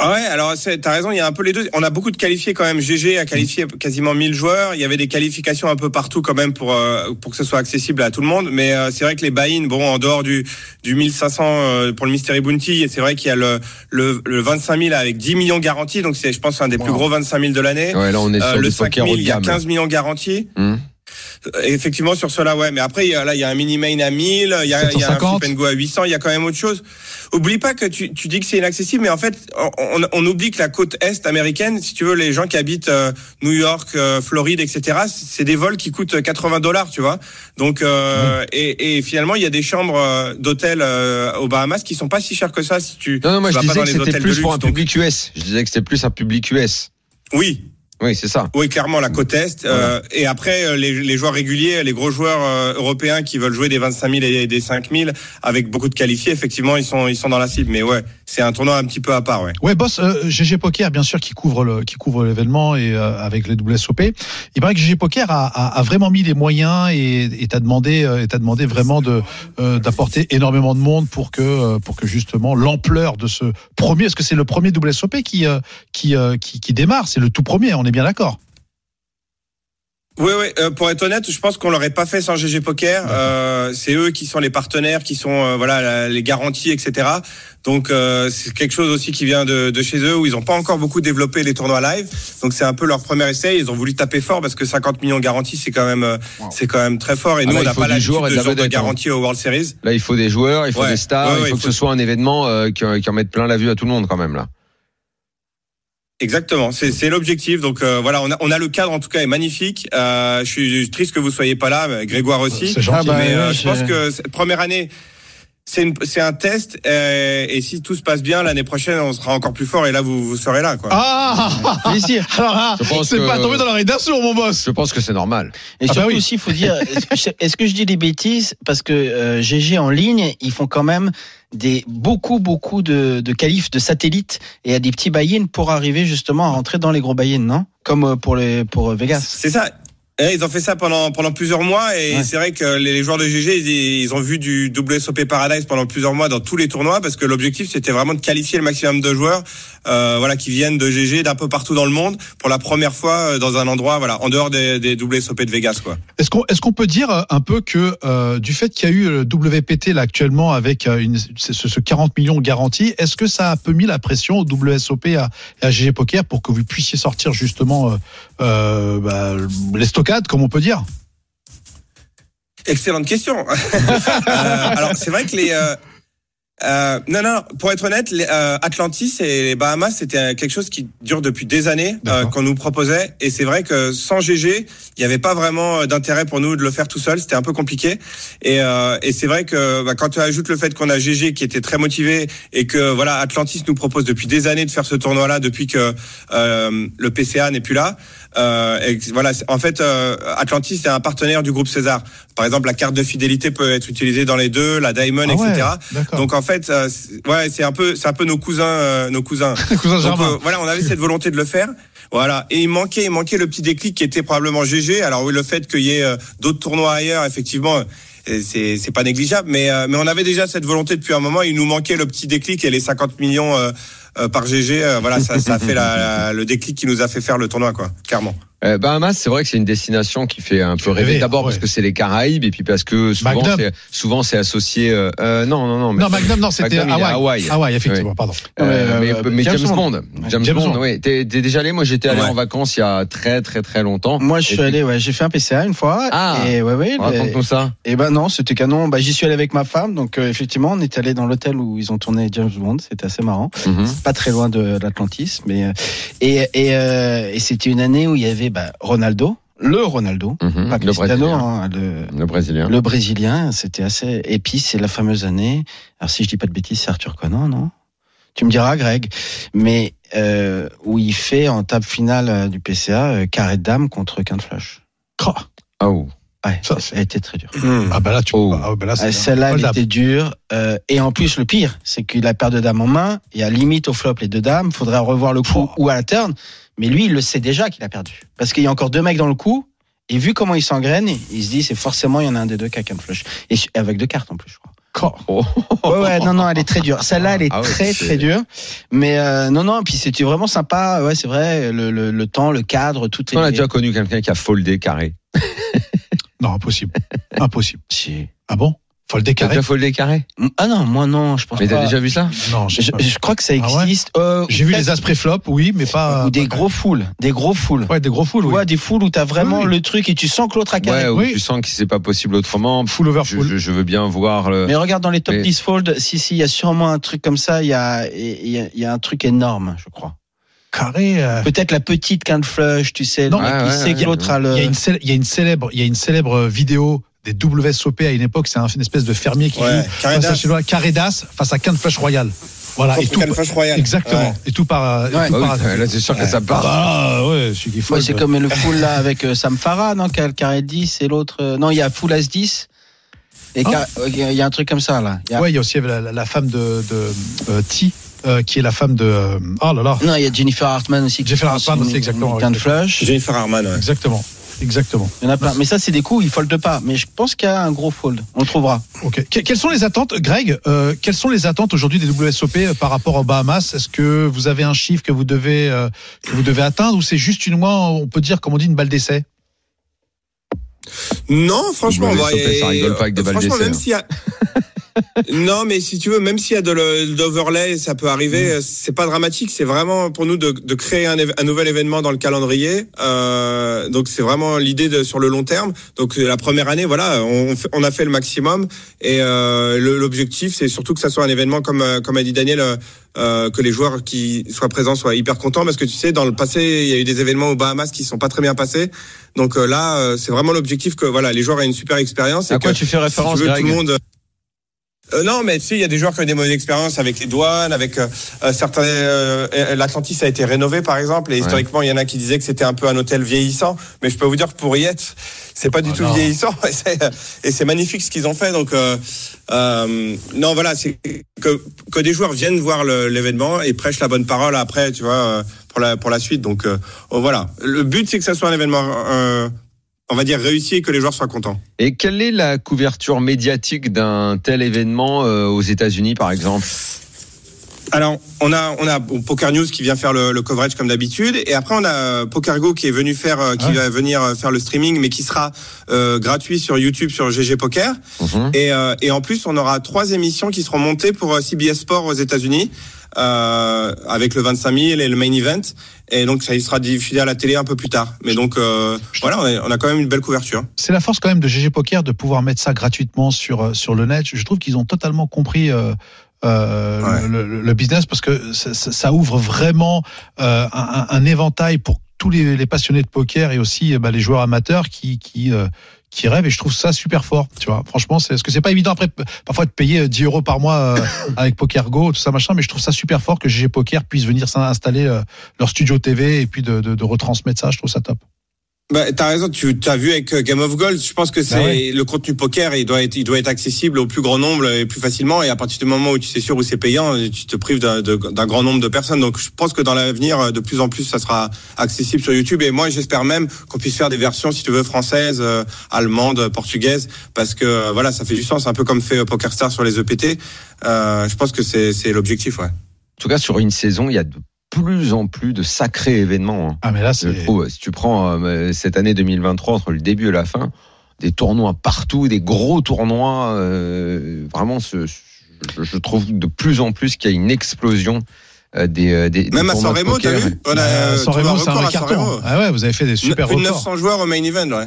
H: Ah ouais, alors c'est- t'as raison, il y a un peu les deux. On a beaucoup de qualifiés quand même. GG a qualifié quasiment 1000 joueurs. Il y avait des qualifications un peu partout quand même pour euh, pour que ce soit accessible à tout le monde. Mais euh, c'est vrai que les buy-in, bon, en dehors du du 1500 euh, pour le Mystery Bounty, et c'est vrai qu'il y a le, le le 25 000 avec 10 millions garantis. Donc c'est, je pense, un des plus gros 25 000 de l'année.
E: Ouais, là on est
H: Euh,
E: sur
H: le
E: du
H: 5
E: poker
H: 000,
E: haut de
H: il y a
E: gamme.
H: 15 millions garantis.
E: Hmm.
H: Euh, Effectivement, sur cela, ouais. Mais après, il y a, là, il y a un mini main à 1000, il y a, il y a un
F: 750.
H: flip and go à 800, il y a quand même autre chose. Oublie pas que tu, tu dis que c'est inaccessible, mais en fait, on, on, on oublie que la côte est américaine, si tu veux, les gens qui habitent euh, New York, euh, Floride, etc., c'est des vols qui coûtent 80 dollars, tu vois. Donc,
E: Mmh.
H: euh, et, et finalement, il y a des chambres euh, d'hôtel euh, aux Bahamas qui sont pas si chères que ça si tu.
E: Non, non, moi
H: tu
E: je
H: vas
E: disais
H: pas dans
E: que
H: les
E: c'était
H: hôtels de
E: plus pour un
H: luxe, donc-
E: public US. Je disais que c'était plus un public US.
H: Oui,
E: Oui, c'est ça.
H: Oui, clairement, la côte Est. euh, et après, euh, les, les joueurs réguliers, les gros joueurs euh, européens qui veulent jouer des 25 000 et des 5 000 avec beaucoup de qualifiés, effectivement, ils sont, ils sont dans la cible. Mais ouais, c'est un tournoi un petit peu à part, ouais.
F: Ouais, boss, euh, GG Poker, bien sûr, qui couvre le, qui couvre l'événement et euh, avec les WSOP. Il paraît que GG Poker a, a, a vraiment mis les moyens et et t'a demandé, euh, et t'a demandé vraiment de euh, d'apporter énormément de monde pour que, euh, pour que justement l'ampleur de ce premier, parce que c'est le premier WSOP qui, euh, qui, euh, qui, qui démarre, c'est le tout premier, on est bien d'accord.
H: Oui, oui. euh, pour être honnête, je pense qu'on l'aurait pas fait sans GG Poker. Euh, c'est eux qui sont les partenaires, qui sont euh, voilà la- les garanties, etc. Donc euh, c'est quelque chose aussi qui vient de, de chez eux où ils ont pas encore beaucoup développé les tournois live. Donc c'est un peu leur premier essai. Ils ont voulu taper fort parce que 50 millions garantis, c'est quand même euh, c'est quand même très fort. Et
E: Ah
H: nous,
E: bah,
H: on
E: il
H: n'a
E: faut
H: pas
E: du
H: l'habitude
E: jour et de
H: de ce
E: la
H: genre de
E: vedette, hein.
H: garantie aux World Series.
E: Là, il faut des joueurs, il faut
H: Ouais.
E: des stars,
H: Ouais,
E: il
H: ouais,
E: faut
H: il
E: que ce
H: faut-
E: soit un événement euh, qui, en- qui en mette plein la vue à tout le monde quand même là.
H: Exactement, c'est c'est l'objectif. Donc euh, voilà, on a, on a le cadre en tout cas est magnifique. Euh, je suis triste que vous soyez pas là, mais Grégoire aussi.
F: C'est gentil.
G: Ah bah,
H: mais euh,
G: ouais,
H: je pense
G: j'ai-
H: que cette première année, c'est une- c'est un test. euh, et si tout se passe bien, l'année prochaine, on sera encore plus fort. Et là, vous, vous serez là, quoi.
F: Ah
G: Plaisir.
F: Alors là,
E: Je pense
F: c'est
E: que-
F: pas tombé dans l'oreille d'un sourd, mon boss
E: Je pense que c'est normal.
G: Et
F: Ah bah
G: surtout
F: oui.
G: aussi, il faut dire, est-ce que je- est-ce que je dis des bêtises Parce que euh, GG en ligne, ils font quand même des beaucoup beaucoup de, de qualifs de satellites et à des petits buy-in pour arriver justement à rentrer dans les gros buy-in, non Comme euh, pour les pour euh, Vegas.
H: C'est ça. Eh, ils ont fait ça pendant pendant plusieurs mois et
G: Ouais.
H: c'est vrai que les, les joueurs de GG ils, ils ont vu du WSOP Paradise pendant plusieurs mois dans tous les tournois parce que l'objectif c'était vraiment de qualifier le maximum de joueurs euh, voilà qui viennent de GG d'un peu partout dans le monde pour la première fois euh, dans un endroit voilà en dehors des, des WSOP de Vegas quoi.
F: Est-ce qu'on est-ce qu'on peut dire euh, un peu que euh, du fait qu'il y a eu le WPT là actuellement avec euh, une, ce, ce 40 millions garantis, est-ce que ça a un peu mis la pression au WSOP et à, et à GG Poker pour que vous puissiez sortir justement euh, euh, bah, les stockades, comme on peut dire
H: Excellente question. Euh, alors c'est vrai que les euh, euh, non, non, pour être honnête, les, euh, Atlantis et les Bahamas, c'était euh, quelque chose qui dure depuis des années, euh,
F: D'accord.
H: qu'on nous proposait. Et c'est vrai que sans GG, il n'y avait pas vraiment euh, d'intérêt pour nous de le faire tout seul. C'était un peu compliqué. Et, euh, et c'est vrai que bah, quand tu ajoutes le fait qu'on a GG qui était très motivé et que voilà Atlantis nous propose depuis des années de faire ce tournoi-là, depuis que euh, le PCA n'est plus là. Euh, et que, voilà, c'est- en fait, euh, Atlantis est un partenaire du groupe César. Par exemple, la carte de fidélité peut être utilisée dans les deux, la Diamond,
F: Ah ouais,
H: etc.
F: D'accord.
H: Donc en fait, euh, c'est- ouais, c'est un peu, c'est un peu nos cousins, euh, nos cousins.
F: cousin
H: Donc,
F: Germain.
H: euh, voilà, on avait cette volonté de le faire. Voilà, et il manquait, il manquait le petit déclic qui était probablement GG. Alors oui, le fait qu'il y ait euh, d'autres tournois ailleurs, effectivement, euh, c'est c'est pas négligeable. Mais euh, mais on avait déjà cette volonté depuis un moment. Il nous manquait le petit déclic et les 50 millions euh, euh, par GG. euh, voilà, ça ça a fait la- la- le déclic qui nous a fait faire le tournoi, quoi. Clairement.
E: Euh, Bahamas, c'est vrai que c'est une destination qui fait un peu rêver.
F: rêver,
E: D'abord
F: ah
E: parce
F: ouais.
E: que c'est les Caraïbes et puis parce que souvent
F: Magnum.
E: c'est souvent c'est associé. euh, euh, non, non, non. mais-
F: Non, Magnum, non, c'était
E: Magnum, il est à
F: Hawaï.
E: Hawaï.
F: effectivement, pardon.
E: Euh,
G: Ouais,
E: mais,
G: euh,
E: mais James,
G: James
E: Bond. James,
F: James
E: Bond,
F: Bond.
E: oui. T'es t'es déjà allé Moi, j'étais allé
H: Ouais.
E: en vacances il y a très très très longtemps.
G: Moi,
E: Et
G: je suis
E: puis-
G: allé, ouais, j'ai fait un PCA une fois.
E: Ah.
G: et ouais, ouais, le-
E: Raconte-nous ça.
G: et ben non, c'était canon. Bah, j'y suis allé avec ma femme, donc euh, effectivement, on est allé dans l'hôtel où ils ont tourné James Bond. C'était assez marrant.
E: Mhm.
F: Mmh.
G: pas très loin de l'Atlantis, mais euh, et et, euh, et c'était une année où il y avait bah, Ronaldo, le Ronaldo,
E: Mhm.
G: pas
E: Le
G: Cristiano,
E: Brésilien. Mmh.
G: hein, le,
E: Le Brésilien.
G: le Brésilien, c'était assez. Et puis c'est la fameuse année. Alors si je dis pas de bêtises, c'est Arthur Conan, non Tu me diras, Greg, mais euh, où il fait en table finale euh, du PCA euh, carré de dame contre Quinte Flash.
E: Oh.
G: Ouais,
F: Ça,
G: ça, a été très dur.
H: Hmm.
F: Ah bah là, tu
E: Oh.
F: ah, bah là,
G: Euh,
F: c'est
G: Celle-là, elle
F: incollable.
G: était dure. Euh, et en plus, le pire, c'est qu'il a paire de dames en main. Il y a limite au flop les deux dames. Faudrait revoir le coup
F: Oh.
G: ou à la turn. Mais lui, il le sait déjà qu'il a perdu. Parce qu'il y a encore deux mecs dans le coup. Et vu comment il s'engraine, il se dit, c'est forcément, il y en a un des deux qui a qu'un flush. Et su- avec deux cartes en plus, je crois.
E: Oh.
G: Ouais, ouais, non, non, elle est très dure. Celle-là, elle est
E: Ah ouais,
G: très,
E: c'est-
G: très dure. Mais euh, non, non, puis c'était vraiment sympa. Ouais, c'est vrai, le, le- le temps, le cadre, tout
E: Est-ce qu'on a
G: est.
E: déjà connu quelqu'un qui a foldé carré
F: Non, impossible. impossible.
G: Si.
F: Ah bon Faut le
E: T'as
F: décaler
E: déjà foldé carré
G: Ah non, moi non, je pense
E: Mais
G: pas.
E: t'as déjà vu ça
F: Non, je
G: Je,
F: sais pas.
G: je crois que ça
F: Ah ouais
G: existe. Euh,
F: J'ai vu
G: peut-être-
F: les asprey flop, oui, mais pas.
G: ou des
F: pas-
G: gros foules, des gros foules.
F: Ah, Ouais, des gros
G: Tu
F: full, oui.
G: vois, des foules où t'as vraiment
F: Oui, oui.
G: le truc et tu sens que l'autre a carré.
E: Ouais, où
F: Oui.
E: tu sens que c'est pas possible autrement.
F: Full over
E: Je,
F: full.
E: je- je veux bien voir le.
G: Mais regarde dans les top
E: Mais-
G: 10 fold, si, si, il y a sûrement un truc comme ça, il y a, il y, a- il y a un truc énorme, je crois.
F: Carré. euh,
G: Peut-être la petite quinte flush, tu sais,
F: Non,
G: le mec
E: ouais,
G: qui
E: ouais,
G: sait
E: ouais.
G: que l'autre a le.
F: Il y, a une célè- il y a une célèbre, il y a une célèbre vidéo des WSOP à une époque. C'est un- une espèce de fermier qui
H: Ouais,
F: joue
H: carré
F: face à
H: d'as.
F: Chinois, carré d'as face à quinte flash royale. Voilà. Et
H: Contre
F: tout,
H: Cannes Flash Royale.
F: exactement.
H: Ouais.
F: Et tout par. euh, et tout
G: Ouais.
E: Ah oui,
F: par-
E: là, c'est sûr que ça part.
F: Ah bah, ouais, celui qui est
G: Ouais,
F: folle.
G: c'est comme le full là avec euh, Sam Farah, non qui a le carré de 10 et l'autre. euh, Non, il y a full as 10. Et
F: Ah.
G: car- il y a- il y a un truc comme ça là. Il y a-
F: Ouais, il y a aussi la, la- la femme de, de euh, T, euh, qui est la femme de. euh, oh là là.
G: Non, il y a Jennifer Hartman aussi. qui
F: Jennifer
G: lance
F: Hartman aussi,
G: une-
F: exactement,
G: Une quinte
F: ouais.
G: flush.
H: Jennifer Harman, ouais.
F: Exactement. Exactement.
G: Il y en a plein. Mais ça, c'est des coups, où ils foldent pas. Mais je pense qu'il y a un gros fold. On le trouvera.
F: Ok. Que- quelles sont les attentes, Greg euh, Quelles sont les attentes aujourd'hui des WSOP euh, par rapport aux Bahamas Est-ce que vous avez un chiffre que vous devez euh, que vous devez atteindre ou c'est juste une moi on peut dire comme on dit une balle d'essai
H: Non, franchement,
E: Vous
H: bah,
E: l'avez chopé, ça
H: et-
E: rigole pas avec des balles
H: franchement,
E: d'essai,
H: même
E: hein.
H: s'il y a- non, mais si tu veux, même s'il y a de le- d'overlay, ça peut
E: Mm.
H: arriver. euh, C'est pas dramatique. C'est vraiment pour nous de, de créer un, éve- un nouvel événement dans le calendrier. Euh, donc c'est vraiment l'idée de sur le long terme. Donc euh, la première année, voilà, on, fait- on a fait le maximum. Et euh, le- l'objectif, c'est surtout que ça soit un événement comme euh, comme a dit Daniel. euh, euh, que les joueurs qui soient présents soient hyper contents parce que tu sais dans le passé il y a eu des événements aux Bahamas qui sont pas très bien passés donc euh, là euh, c'est vraiment l'objectif que voilà les joueurs aient une super expérience et
E: À quoi
H: que
E: tu fais
H: si tu
E: référence,
H: veux,
E: Greg
H: tout le monde Euh, non, mais tu sais, il y a des joueurs qui ont eu des mauvaises expériences avec les douanes, avec euh, euh, certains. euh, euh, L'Atlantis a été rénové, par exemple, et historiquement, il y en a qui disaient que c'était un peu un hôtel vieillissant. Mais je peux vous dire que pour y être, c'est pas du
E: Ah
H: tout vieillissant. Et c'est- Et c'est magnifique ce qu'ils ont fait. Donc, euh, euh, non, voilà, c'est que, que des joueurs viennent voir le- l'événement et prêchent la bonne parole après, tu vois, euh, pour la, pour la suite. Donc, euh, oh, voilà. Le but, c'est que ça soit un événement, euh, on va dire, réussi et que les joueurs soient contents.
E: Et quelle est la couverture médiatique d'un tel événement euh, aux États-Unis, par exemple
H: Alors, on a, on a bon, Poker News qui vient faire le, le coverage comme d'habitude, et après on a euh, PokerGo qui est venu faire, euh, qui
F: Ah.
H: va venir euh, faire le streaming, mais qui sera euh, gratuit sur YouTube sur GG Poker.
E: Mhm.
H: Et, euh, et en plus, on aura trois émissions qui seront montées pour euh, CBS Sport aux États-Unis. euh, avec le 25 000 et le main event et donc ça il sera diffusé à la télé un peu plus tard mais donc euh, voilà on a, on a quand même une belle couverture
F: C'est la force quand même de GG Poker de pouvoir mettre ça gratuitement sur euh, sur le net. Je trouve qu'ils ont totalement compris. euh, euh,
H: Ouais.
F: le, le- le business parce que ça, ça- ça ouvre vraiment euh, un, un- un éventail pour tous les, les passionnés de poker et aussi euh, bah, les joueurs amateurs qui qui euh, qui rêvent et je trouve ça super fort tu vois franchement c'est parce que c'est pas évident après p- parfois de payer euh, 10 euros par mois euh, avec PokerGo tout ça machin mais je trouve ça super fort que GG Poker puisse venir s'installer euh, leur studio TV et puis de, de, de retransmettre ça je trouve ça top
H: Bah, t'as raison, tu t'as vu avec euh, Game of Gold, je pense que c'est
F: Bah ouais.
H: le contenu poker, il doit être il doit être accessible au plus grand nombre et plus facilement et à partir du moment où tu sais sûr où c'est payant, euh, tu te prives d'un de- d'un grand nombre de personnes. Donc je pense que dans l'avenir euh, de plus en plus ça sera accessible sur YouTube et moi j'espère même qu'on puisse faire des versions si tu veux françaises, euh, allemandes, portugaises parce que euh, voilà, ça fait du sens un peu comme fait euh, PokerStar sur les EPT. Euh, je pense que c'est c'est l'objectif, ouais.
E: En tout cas, sur une saison, il y a de plus en plus de sacrés événements. hein.
F: Ah, mais là,
E: Je
F: c'est.
E: trouve, si tu prends euh, cette année 2023 entre le début et la fin, des tournois partout, des gros tournois, euh, vraiment, ce- je, je trouve de plus en plus qu'il y a une explosion euh, des, euh, des, des
H: Même à
E: tournois
H: San
E: de
H: Remo, t'as
E: poker.
H: vu On a
F: Euh,
H: euh,
F: San
H: trouvé
F: Remo, c'est
H: record
F: un
H: à San Remo.
F: carton. Ah ouais, vous avez fait des super
H: Plus de
F: records.
H: 900 joueurs au main event, ouais.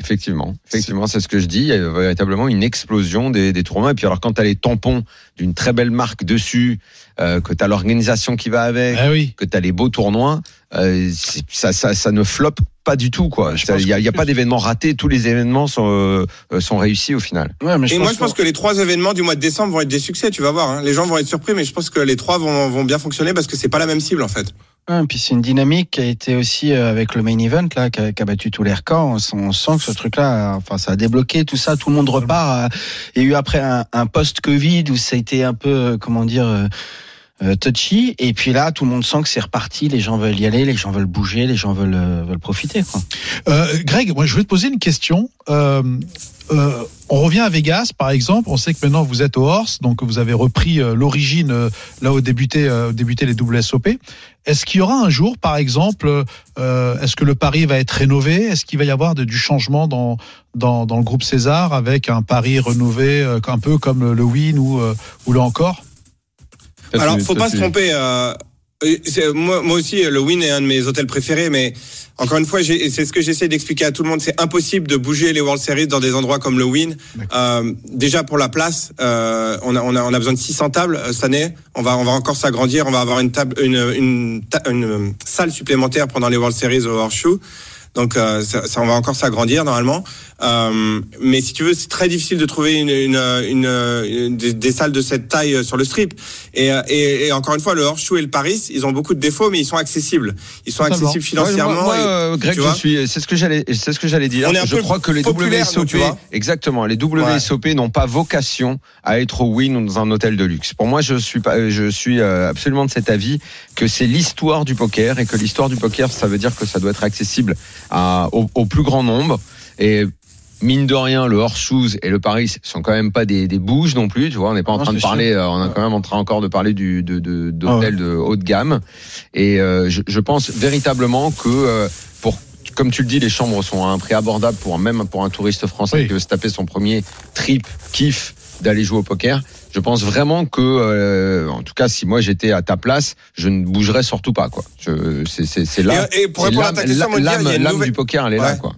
E: Effectivement, effectivement, c'est ce que je dis. Il y a véritablement une explosion des, des tournois. Et puis alors, quand t'as les tampons d'une très belle marque dessus, euh, que t'as l'organisation qui va avec,
F: Ah oui.
E: que t'as les beaux tournois, euh, c'est- ça, ça, ça ne floppe pas du tout quoi. Ça-
F: pense
E: Il n'y a, il y a pas d'événement raté. Tous les événements sont euh, euh, sont réussis au final.
G: Ouais, mais
H: Et moi, je pense que les trois événements du mois de décembre vont être des succès, tu vas voir. hein. Les gens vont être surpris, mais je pense que les trois vont, vont bien fonctionner parce que c'est pas la même cible, en fait.
G: Ouais, et puis c'est une dynamique qui a été aussi euh, avec le main event là, qui a, qui a battu tous les records. On, s- on sent que ce truc-là, euh, enfin, ça a débloqué tout ça. Tout le monde repart. euh, Il y a eu après un, un post-Covid où ça a été un peu, euh, comment dire. euh, euh, touchy et puis là tout le monde sent que c'est reparti les gens veulent y aller les gens veulent bouger les gens veulent euh, veulent profiter quoi.
F: Euh, Greg, moi, je vais te poser une question. Euh, euh, on revient à Vegas, par exemple. On sait que maintenant vous êtes au Horse, donc vous avez repris euh, l'origine euh, là où débutaient, euh, débutaient les WSOP. Est-ce qu'il y aura un jour, par exemple, euh, est-ce que le pari va être rénové Est-ce qu'il va y avoir de- du changement dans, dans, dans le groupe César avec un pari renouvelé, euh, un peu comme le Win ou, euh, ou là encore
E: Ça,
H: Alors,
E: c'est-
H: faut
E: ça,
H: pas se
E: c'est-
H: tromper. euh, et c'est- moi, moi aussi, le Win est un de mes hôtels préférés, mais encore une fois, j'ai- c'est ce que j'essaie d'expliquer à tout le monde. C'est impossible de bouger les World Series dans des endroits comme le Win. Euh, déjà pour la place, euh, on, a, on, a, on a besoin de 600 tables euh, cette année. On va, on va encore s'agrandir. On va avoir une table, une, une, ta- une, euh, salle supplémentaire pendant les World Series au Horseshoe. Donc euh, ça, ça, on va encore s'agrandir normalement. Euh, mais si tu veux, c'est très difficile de trouver une, une, une, une- des, des salles de cette taille euh, sur le strip. Et, euh, et, et encore une fois, le Horseshoe et le Paris, ils ont beaucoup de défauts, mais ils sont accessibles. Ils sont
F: Totalement.
H: accessibles
E: Ouais, moi,
H: financièrement.
E: moi,
H: et-
E: euh, Greg,
H: tu
E: je
H: vois
E: suis. C'est ce que j'allais. C'est ce que j'allais dire.
H: On est un
E: je
H: peu
E: crois que les
H: populaire, nous,
E: WSOP,
H: tu vois.
E: exactement, les WSOP n'ont pas vocation à être au Win ou dans un hôtel de luxe. Pour moi, je suis pas. Je suis euh, absolument de cet avis que c'est l'histoire du poker et que l'histoire du poker, ça veut dire que ça doit être accessible à- au, au plus grand nombre et Mine de rien, le Horseshoes et le Paris sont quand même pas des, des bouges non plus, tu vois. On n'est pas en
G: Non,
E: train de
G: c'est sûr.
E: parler, euh, on est quand même en train encore de parler du de, de, d'hôtels
F: Ah
E: de haut de gamme. Et euh, je, je pense véritablement que, euh, pour, comme tu le dis, les chambres sont à un prix abordable pour un- même pour un touriste français
F: Oui.
E: qui veut se taper son premier trip, kiff d'aller jouer au poker. Je pense vraiment que, euh, en tout cas, si moi j'étais à ta place, je ne bougerais surtout pas. quoi. Je- c'est- C'est c'est là.
H: Et, euh, et pour
E: c'est
H: répondre à
E: l'âme-
H: ta question, moi,
E: l'âme
H: il y a une
E: l'âme
H: nouvelle-
E: du poker, elle est là.
H: Ouais.
E: quoi.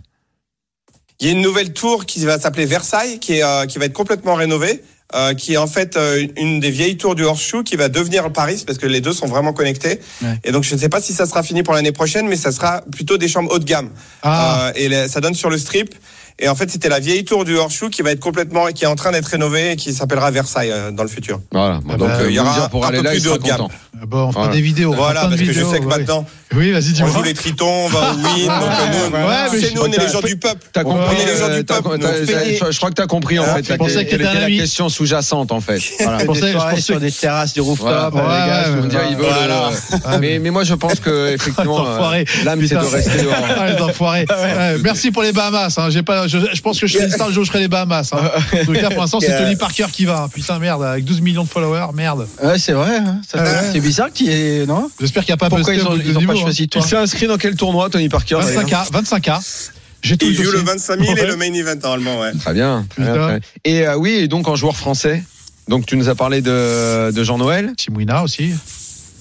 H: Il y a une nouvelle tour qui va s'appeler Versailles, qui, est, euh, qui va être complètement rénovée, euh, qui est en fait euh, une des vieilles tours du Horseshoe qui va devenir Paris, parce que les deux sont vraiment connectés.
G: Ouais.
H: Et donc je ne sais pas si ça sera fini pour l'année prochaine, mais ça sera plutôt des chambres haut de gamme.
F: Ah,
H: Euh, et la- ça donne sur le strip. Et en fait, c'était la vieille tour du Horseshoe qui va être complètement, qui est en train d'être rénovée et qui s'appellera Versailles euh, dans le futur.
E: Voilà. Bon,
F: Ah
E: donc,
F: bah,
E: euh,
H: il y aura
E: Mounir, pour
H: un
E: aller
H: peu
E: là,
H: plus
E: il
H: de haut
E: sera
H: de gamme.
E: content.
F: bon, on fera
E: voilà.
F: des vidéos. on fera
H: Euh, Voilà,
F: plein de
H: parce que je
F: vidéos,
H: sais que
F: Ah, ouais.
H: maintenant,
F: Oui, vas-y,
H: on
F: dis-moi. Ah,
H: joue les tritons, on va au win. donc, euh, nous, on-
F: Ouais, mais
H: chez
F: je-
H: nous, on est les gens
E: t'as-
H: du peuple.
E: T'as compris,
H: On est les gens
E: euh,
H: du
E: t'as-
H: peuple,
E: t'as-
H: nous.
E: t'as- je, je crois que t'as compris en
H: Ah,
E: fait.
H: je
E: la-
F: pensais que
E: quelle
F: t'étais un
E: était la
F: ami.
E: question sous-jacente en fait. Voilà.
G: Pour
F: pensais- je pensais-
G: sur des terrasses des rooftops
F: Ouais,
G: avec les gars,
F: ouais,
G: sur-
E: On dirait, ils veulent,
H: Voilà.
E: euh, mais, mais moi je pense que effectivement
F: Attends, foiré.
E: euh, l'âme c'est de
F: Putain.
E: rester dehors.
F: Ah, les enfoirés. Ouais, merci pour les Bahamas. hein. J'ai pas, je, je pense que je serai une star le jour où je serai les Bahamas. hein. En tout cas, pour l'instant, c'est Tony Parker qui va. hein. Putain, merde, avec 12 millions de followers, merde.
G: Ouais, c'est vrai. hein. Ça-
F: Ouais.
G: C'est bizarre qu'il y ait non.
F: J'espère qu'il n'y a pas
G: Pourquoi
F: buzzé
G: ils
F: au
G: ont,
F: bout de
G: ils ont
F: niveau,
G: pas
F: hein.
G: choisi toi
E: Il s'est inscrit dans quel tournoi Tony Parker d'ailleurs
F: 25K, 25K. J'ai tout
H: Il
F: le
H: joue le
F: dossier.
H: 25 000 et
F: Ouais.
H: le main event, normalement, ouais.
E: Très bien. très bien,
F: Putain.
E: très bien. Et euh, oui, et donc en joueur français. Donc tu nous as parlé de, de Jean-Noël.
F: Timouina aussi. Il y a le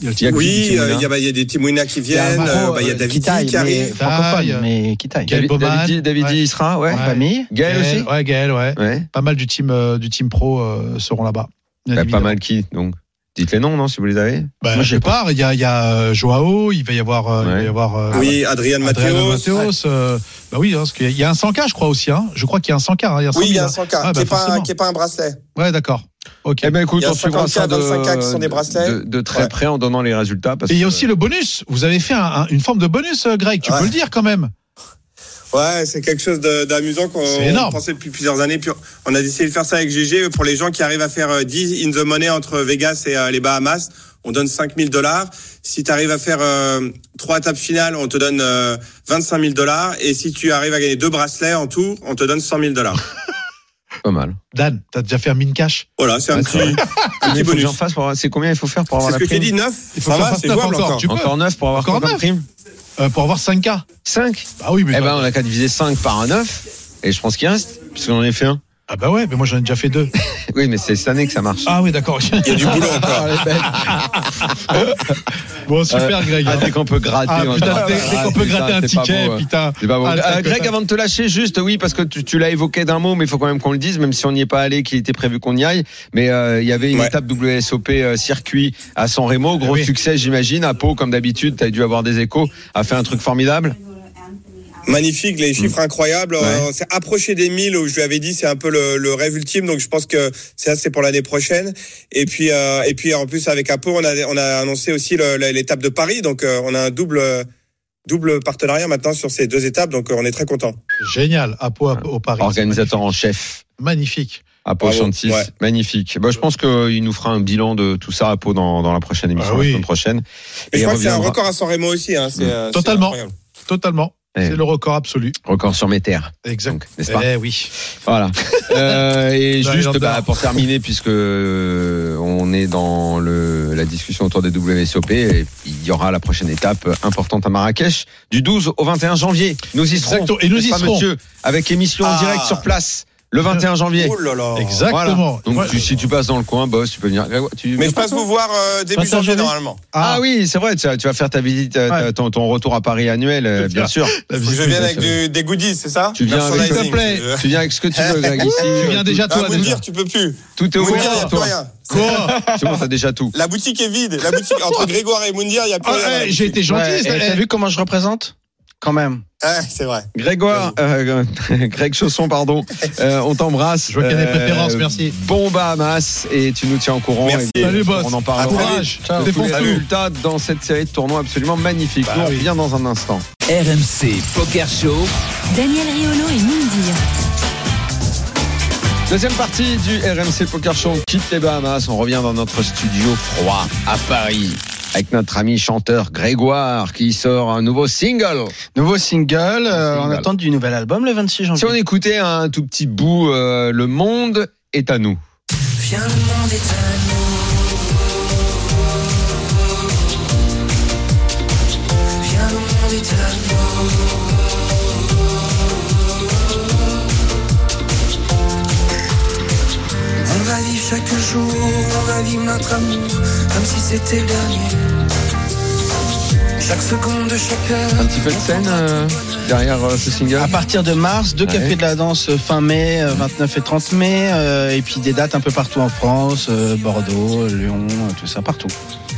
E: Il y a
F: Timouina.
H: Oui,
E: Tim
H: euh,
E: Wina.
H: il y, a- bah, il y a des Tim Wina qui viennent, euh, bah, il y a, David
G: Kitaï,
H: qui
G: mais
H: arrive.
G: francophone,
F: Kitaï.
G: mais qui taille.
E: David,
F: Gaël Bowman.
E: Davidi- Davidi,
F: Ouais.
E: il sera, ouais.
F: Ouais.
G: Famille.
E: Gaël aussi
F: Ouais, Gaël, ouais.
E: Ouais.
F: Pas mal du team, euh, du team pro euh, seront là-bas.
E: Bah,
F: Bien
E: pas
F: évidemment.
E: mal qui donc. Dites les noms, non, si vous les avez.
F: Bah,
G: Moi,
F: je sais pas, il y a, il y a euh, Joao, il va y avoir. euh, il va
E: Ouais.
F: y avoir euh,
H: Ah, Oui, Adrian
F: Adrien
H: Mateos.
F: Mateos, euh, bah oui, hein, parce qu'il y a- il y a un 100K, je crois aussi. hein. Je crois qu'il y a un 100K. hein, il y a 100
H: Oui, il y a un
F: 000,
H: 100K,
F: Ah, bah,
H: qui est pas un-
F: forcément.
H: qui n'est pas, un bracelet.
F: Ouais, d'accord. Ok.
E: Eh ben écoute,
H: Il y a
E: on suivra
H: 50K,
E: ça de,
H: 25K qui sont des bracelets.
E: de, de très
H: Ouais.
E: près en donnant les résultats. Parce
F: Et il y
E: que-
F: a aussi le bonus. Vous avez fait un- un- une forme de bonus, euh, Greg. Tu
H: Ouais.
F: peux le dire quand même.
H: Ouais, c'est quelque chose de- d'amusant qu'on
F: C'est énorme.
H: pensait depuis plusieurs années. Puis on a décidé de faire ça avec GG. Pour les gens qui arrivent à faire euh, 10 in the money entre Vegas et euh, les Bahamas, on donne 5000 dollars. Si tu arrives à faire euh, trois tables finales, on te donne euh, 25 000 dollars. Et si tu arrives à gagner deux bracelets en tout, on te donne 100 000 dollars.
E: Pas mal.
F: Dan, t'as déjà fait un mine cash
H: Voilà, c'est
E: Ouais,
H: un
E: c'est vrai.
H: petit, un petit
E: Il faut que
H: bonus.
E: j'en fasse pour avoir- C'est combien il faut faire pour avoir
H: C'est ce
E: la
H: que j'ai
E: prime
H: dit, 9
F: Il faut
H: Ça
F: que
H: va,
F: j'en fasse
H: c'est
F: neuf
H: jouable encore.
F: Tu peux
E: Encore 9 pour avoir
F: Encore
E: quoi comme
F: neuf
E: prime
F: euh, pour avoir 5K
E: 5
F: Bah oui, mais.
E: Eh
F: ça-
E: ben, on a qu'à diviser 5 par un 9. Et je pense qu'il reste, puisqu'on en a fait un.
F: Ah bah ouais, mais moi j'en ai déjà fait deux.
E: Oui, mais c'est cette année que ça marche. Ah,
F: Ah oui, d'accord.
H: Il y a du boulot encore.
F: bon, super, Greg.
E: Ah, dès qu'on peut gratter.
F: Ah,
E: on
F: putain,
E: gratte.
F: dès, dès qu'on peut
E: Putain,
F: gratter un
E: c'est pas
F: ticket,
E: beau, ouais.
F: putain.
E: C'est pas bon.
F: Ah,
E: Euh,
F: t'as-
E: Greg, avant de te lâcher, juste, oui, parce que tu, tu l'as évoqué d'un mot, mais il faut quand même qu'on le dise, même si on n'y est pas allé, qu'il était prévu qu'on y aille. Mais euh, il y avait une
H: Ouais.
E: étape WSOP euh, circuit à San Remo, gros
F: Oui.
E: succès, j'imagine. À Pau, comme d'habitude, t'as dû avoir des échos, a fait un truc formidable.
H: Magnifique, les chiffres
E: Mm.
H: incroyables. Euh, On s'est approché des 1000 où je lui avais dit c'est un peu le, le rêve ultime. Donc je pense que ça c'est pour l'année prochaine. Et puis euh, et puis en plus avec Apo on a on a annoncé aussi le- le- l'étape de Paris. Donc euh, on a un double euh, double partenariat maintenant sur ces deux étapes. Donc euh, on est très content.
F: ah, Génial, à Pau, à Pau, au Paris.
E: Organisateur en chef.
F: Magnifique.
E: À Pau
H: Bravo.
E: Chantis,
H: Ouais.
E: magnifique. Bah, je pense qu'il nous fera un bilan de tout ça à Pau dans, dans la prochaine émission,
F: Ah oui.
E: la semaine prochaine.
H: Et, je
E: il
H: crois que c'est un
E: reviendra.
H: record à San Remo aussi. Hein. C'est, euh, c'est
F: Totalement.
H: incroyable.
F: Totalement.
E: Eh.
F: C'est le record absolu.
E: Record sur mes terres,
F: Exact.
E: donc, n'est-ce pas
F: Eh oui.
E: Voilà. Euh, et
F: Bah,
E: juste
F: Jordan.
E: bah, pour terminer, puisque euh, on est dans le, la discussion autour des WSOP, et il y aura la prochaine étape euh, importante à Marrakech du 12 au 21 janvier. Nous y serons.
F: Exacto- et nous
E: n'est-ce
F: y
E: pas,
F: serons.
E: monsieur, avec émission en
H: Ah.
E: direct sur place le 21 janvier.
H: Oh là là.
E: Voilà.
F: Exactement.
E: Donc
F: Ouais.
E: tu- si tu passes dans le coin, boss, tu peux venir. Tu-
H: Mais je passe vous voir euh, début
F: Matin,
H: janvier
F: journée.
H: normalement.
E: Ah, oui, c'est vrai. Tu, vas- tu vas faire ta visite, euh,
F: Ouais.
E: ta- ton, ton retour à Paris annuel, euh,
F: Je
E: bien
F: viens.
E: sûr.
F: La
H: Faut que
F: visite
H: je viens
F: des-
H: avec du- des goodies, c'est ça
E: Tu viens avec-
H: Merchandising,
F: S'il te plaît.
H: si tu veux.
E: Tu viens avec ce que tu veux, Greg. Ici,
F: Tu viens déjà,
H: Ah,
F: toi,
H: me
F: déjà.
H: dire, tu peux plus.
E: Tout est
H: Me dire, il n'y
E: ouvert.
H: a plus
E: Toi,
H: rien.
F: Quoi
E: c'est bon, t'as déjà tout.
H: La boutique est vide. La boutique entre Grégoire et Moundir, il n'y a plus
F: Ah,
H: rien. dans la
F: eh, J'ai
H: boutique.
F: été gentil.
G: Ouais,
F: ça-
G: et
F: eh.
G: T'as vu comment je représente Quand même.
H: Ouais, c'est vrai.
E: Grégoire, euh, Greg Chausson, pardon, Euh, on t'embrasse. Euh,
F: Je vois qu'il y a des préférences, merci.
E: Bon Bahamas, et tu nous tiens au courant.
H: Merci.
E: Et, euh,
F: Salut, boss.
E: On en parlera.
F: Courage.
E: De tous les
F: Défonce-nous.
E: résultats dans cette série de tournois absolument magnifique.
F: Bah
E: nous, on
F: oui.
E: revient dans un instant.
D: RMC Poker Show.
C: Daniel Riolo et Moundir.
E: Deuxième partie du RMC Poker Show. On quitte les Bahamas. On revient dans notre studio froid à Paris avec notre ami chanteur Grégoire qui sort un nouveau single.
G: Nouveau single, euh, en
E: Single.
G: attente du nouvel album le 26
E: Si
G: janvier.
E: on écoutait un tout petit bout, euh, le monde est à nous.
I: On va vivre chaque jour, on va vivre notre amour, comme si c'était le dernier. Chaque seconde de chaque heure.
E: Un petit peu de scène euh, derrière euh, ce single.
G: À partir de mars, deux cafés
E: Ouais.
G: de la danse euh, fin mai, euh, 29 et 30 mai, euh, et puis des dates un peu partout en France, euh, Bordeaux, Lyon, euh, tout ça, partout.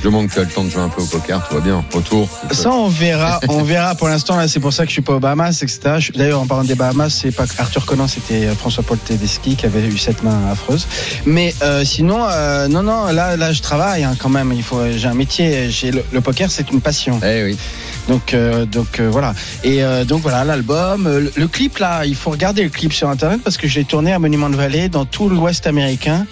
E: Je manque le temps de jouer un peu au poker, tout va bien. Retour.
G: Ça, on verra, on verra. Pour l'instant, là, c'est pour ça que je suis pas aux Bahamas, etc. Je- D'ailleurs, en parlant des Bahamas, c'est pas Arthur Conan, c'était euh, François-Paul Tedeschi qui avait eu cette main affreuse. Mais euh, sinon, euh, non, non, là, là, je travaille hein, quand même. Il faut, j'ai un métier. J'ai le, le poker, c'est une passion.
E: Eh oui.
G: Donc, euh, donc euh, voilà. Et euh, donc voilà, l'album, euh, le, le clip là, il faut regarder le clip sur internet parce que je l'ai tourné à Monument de Vallée dans tout l'Ouest américain.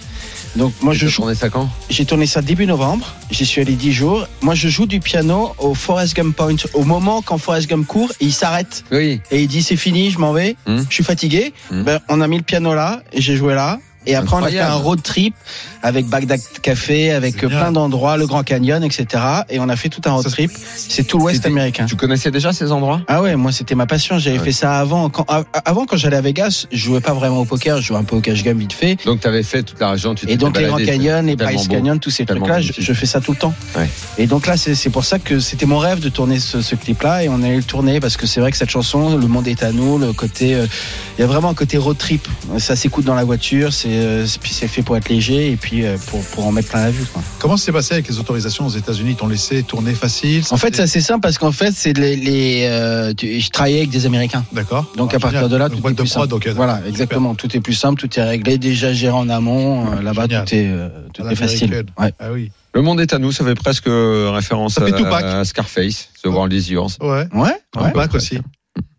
G: Donc moi, je
E: Je
G: joue.
E: journée ça quand
G: J'ai tourné ça début novembre. J'y suis allé 10 jours. Moi, je joue du piano au Forest Gump Point. Au moment quand Forest Gump court, il s'arrête
E: Oui.
G: et il dit c'est fini, je m'en vais.
E: Hmm.
G: Je suis fatigué.
E: Hmm.
G: Ben, on a mis le piano là et j'ai joué là. Et après, on a
E: Incroyable.
G: fait un road trip avec Bagdad Café, avec euh,
F: Génial.
G: plein d'endroits, le Grand Canyon, etc. Et on a fait tout un road
F: Ça,
G: trip. C'est tout l'Ouest
E: C'était-
G: américain.
E: Tu connaissais déjà ces endroits
G: Ah ouais, moi c'était ma passion. J'avais
E: Ouais.
G: fait ça avant. Quand, a- avant, quand j'allais à Vegas, je jouais pas vraiment au poker. Je jouais un peu au cash game vite fait.
E: Donc tu avais fait toute la région, tu
G: Et
E: t'étais
G: donc les Grands
E: baladé,
G: Canyon, les
E: c'était tellement
G: Bryce
E: beau.
G: Canyon, tous ces
E: Tellement
G: trucs-là, je,
E: magnifique.
G: je fais ça tout le temps.
E: Ouais.
G: Et donc là, c'est c'est pour ça que c'était mon rêve de tourner ce, ce clip-là et on allait le tourner parce que c'est vrai que cette chanson, le monde est à nous, le côté, euh, il y a vraiment un côté road trip. Ça s'écoute dans la voiture, c'est euh, c'est- puis c'est fait pour être léger et puis euh, pour, pour en mettre plein la vue. quoi.
F: Comment c'est passé avec les autorisations aux États-Unis Ils t'ont laissé tourner facile
G: En fait, c'est assez simple parce qu'en fait, c'est les, les euh, tu- je travaillais avec des Américains.
F: D'accord.
G: Donc
F: Ah,
G: à partir
F: génial.
G: de là,
F: Donc,
G: tout
F: boîte
G: est
F: de
G: plus
F: prod,
G: simple.
F: ok, d'accord.
G: Voilà,
F: Super.
G: exactement. Tout est plus simple, tout est réglé, déjà géré en amont. euh,
F: Ouais,
G: Là-bas,
F: Ah, génial.
G: tout est, euh, tout
F: À
G: est facile.
F: l'américaine.
G: Ouais.
F: Ah oui.
E: Le monde est à nous, ça fait presque euh, référence
F: Ça fait
E: à,
F: Tupac.
E: à Scarface, The World is Yours.
F: Ouais.
G: Ouais,
E: Un
G: ouais.
E: peu
F: Bac
E: près,
F: aussi.
E: tiens.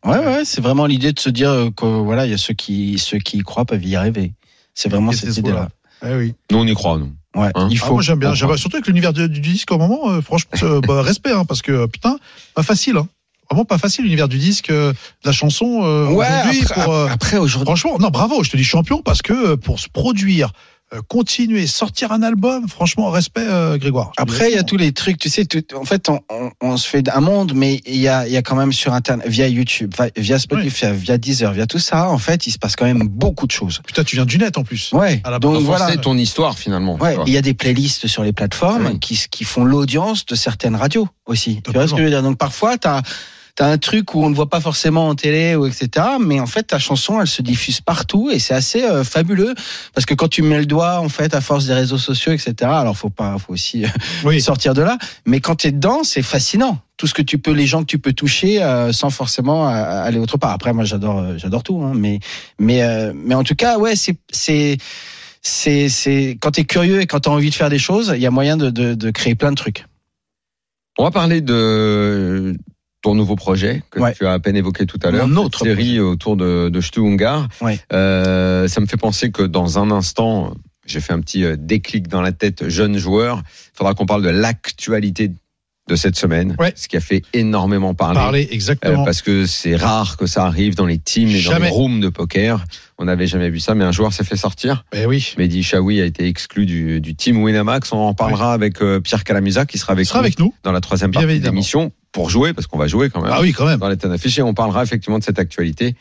G: Ouais, ouais, c'est vraiment l'idée de se dire euh, que voilà, il y a ceux qui ceux qui y croient peuvent y arriver. C'est vraiment
F: Et
G: cette
F: c'est
G: idée-là.
F: Ah oui.
E: Nous on y croit, nous.
G: Ouais,
E: Hein
G: il
F: Ah,
G: faut.
F: moi j'aime bien,
E: faut
F: J'aime- surtout avec l'univers du, du disque au moment, euh, franchement, euh, bah, respect, hein, parce que euh, putain, pas facile. Hein. vraiment pas facile l'univers du disque, euh, de la chanson. euh,
E: Ouais,
F: aujourd'hui,
E: après,
F: pour, euh,
E: après, aujourd'hui.
F: franchement, non, bravo, je te dis champion parce que euh, pour se produire, euh, continuer, sortir un album, franchement, respect, euh, Grégoire. Je te dis
G: Après, il y a
F: vraiment.
G: tous les trucs, tu sais, tout- en fait, on, on- on se fait un monde, mais il y a, il y a quand même sur Internet, via YouTube, vi- via Spotify, via Deezer, via tout ça, en fait, il se passe quand même beaucoup de choses.
F: Putain, tu viens du net en plus.
G: Ouais.
F: À la
G: Donc
F: base,
G: voilà.
E: C'est ton histoire finalement. tu
G: Ouais,
E: vois.
G: il y a des playlists sur les plateformes
E: Oui.
G: qui, qui font l'audience de certaines radios aussi. Tu vois
F: Totalement.
G: ce que je veux dire Donc parfois, tu as, un truc où on ne voit pas forcément en télé, ou etc. Mais en fait, ta chanson, elle se diffuse partout et c'est assez euh, fabuleux parce que quand tu mets le doigt, en fait, à force des réseaux sociaux, etc. Alors faut pas, faut aussi euh,
F: Oui.
G: sortir de là. Mais quand tu es dedans, c'est fascinant. Tout ce que tu peux, les gens que tu peux toucher, euh, sans forcément euh, aller autre part. Après, moi, j'adore, euh, j'adore tout. hein, mais, mais, euh, mais en tout cas, ouais, c'est, c'est, c'est, c'est quand t'es curieux et quand t'as envie de faire des choses, il y a moyen de, de, de créer plein de trucs.
E: On va parler de ton nouveau projet que
G: Ouais.
E: tu as à peine évoqué tout à
G: Mon
E: l'heure.
G: autre
E: Cette série autour de, de Stu Ungar.
G: Ouais.
E: Euh, ça me fait penser que dans un instant, j'ai fait un petit euh, déclic dans la tête jeune joueur. Il faudra qu'on parle de l'actualité de cette semaine,
F: Ouais.
E: ce qui a fait énormément parler.
F: Parler,
E: euh,
F: exactement.
E: parce que c'est rare que ça arrive dans les teams et dans
F: Jamais.
E: les rooms de poker. On n'avait jamais vu ça, mais un joueur s'est fait sortir.
F: Eh oui.
E: Mehdi Chaoui a été exclu du, du team Winamax. On en parlera avec euh, Pierre Calamusa qui sera
F: Il
E: avec
F: sera
E: nous
F: avec nous.
E: dans la troisième
F: Bien
E: partie de
F: évidemment.
E: l'émission pour jouer, parce qu'on va jouer quand même.
F: Ah oui, quand même.
E: Dans l'état d'affiché, on parlera effectivement de cette actualité.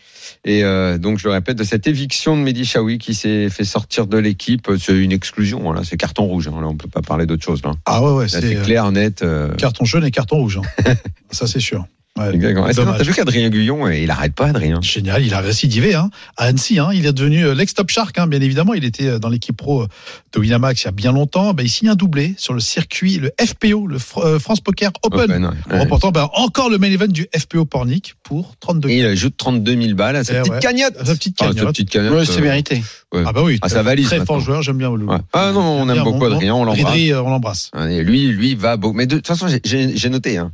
E: Et euh, donc, je le répète, de cette éviction de Mehdi Chaoui qui s'est fait sortir de l'équipe. euh, C'est une exclusion, voilà, c'est carton rouge. hein. Là, on peut pas parler d'autre chose. hein. Là, Là,
F: Ah ouais, ouais,
E: c'est
F: c'est euh,
E: clair, net. euh,
F: carton jaune et carton rouge. hein. ça, c'est sûr. Ouais.
E: exactement. Est-ce que
F: Dommage.
E: t'as vu qu'Adrien Guyon, euh, il arrête pas, Adrien
F: Génial, il a récidivé hein, à Annecy. Hein, il est devenu euh, l'ex-top shark, hein, bien évidemment. Il était euh, dans l'équipe pro euh, de Winamax il y a bien longtemps. Ben, il signe un doublé sur le circuit, le FPO, le Fr- euh, France Poker Open,
E: Open, ouais.
F: en remportant ben, encore le main event du FPO Pornic pour 32
E: Et il ajoute 32 000 balles à sa
F: Eh
E: petite
F: ouais.
E: cagnotte.
F: Sa petite
E: Enfin, sa
F: cagnotte.
E: petite cagnotte,
G: Ouais, c'est
E: euh,
G: mérité.
F: Ah bah oui,
E: Ah, ça valise
F: très
E: maintenant.
F: fort joueur, j'aime bien le
E: Ouais. Ah non, on aime beaucoup Adrien, on l'embrasse.
F: Adrien, euh, on l'embrasse.
E: Hein, et lui, lui va beau. Mais de toute façon, j'ai- j'ai j'ai noté, hein,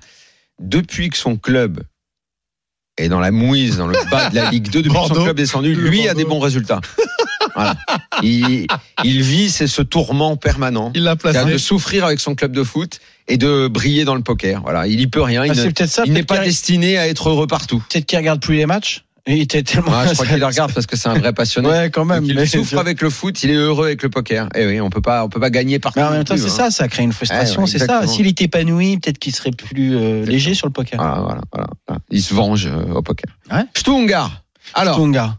E: depuis que son club est dans la mouise, dans le bas de la Ligue 2, depuis que son
F: Bordeaux.
E: club est descendu,
F: Le
E: lui a
F: Bordeaux.
E: des bons résultats. Voilà. Il, il vit c'est ce tourment permanent
F: Il l'a
E: c'est-à-dire de
F: placé.
E: souffrir avec son club de foot et de briller dans le poker. Voilà, il y peut rien. Il
G: Ah,
E: ne-
G: c'est peut-être ça.
E: il n'est
G: Peut-être
E: pas
G: qu'il
E: destiné à être heureux partout.
G: peut-être qu'il regarde plus les matchs. Il était tellement.
E: Ah, je crois qu'il le regarde parce que c'est un vrai passionné.
G: Ouais, quand même.
E: Donc, il
G: mais-
E: souffre avec le foot, il est heureux avec le poker. Et oui, on peut pas, on peut pas gagner partout.
G: Mais en même temps,
E: non
G: c'est
E: plus, hein.
G: ça, ça crée une frustration,
E: Ouais, ouais,
G: c'est ça.
E: exactement.
G: S'il était épanoui, peut-être qu'il serait plus euh, léger sur le poker.
E: Voilà, Ah, voilà, voilà, voilà. Il se venge euh, au poker.
G: Ouais.
E: Stungar. Alors,
G: Tonga.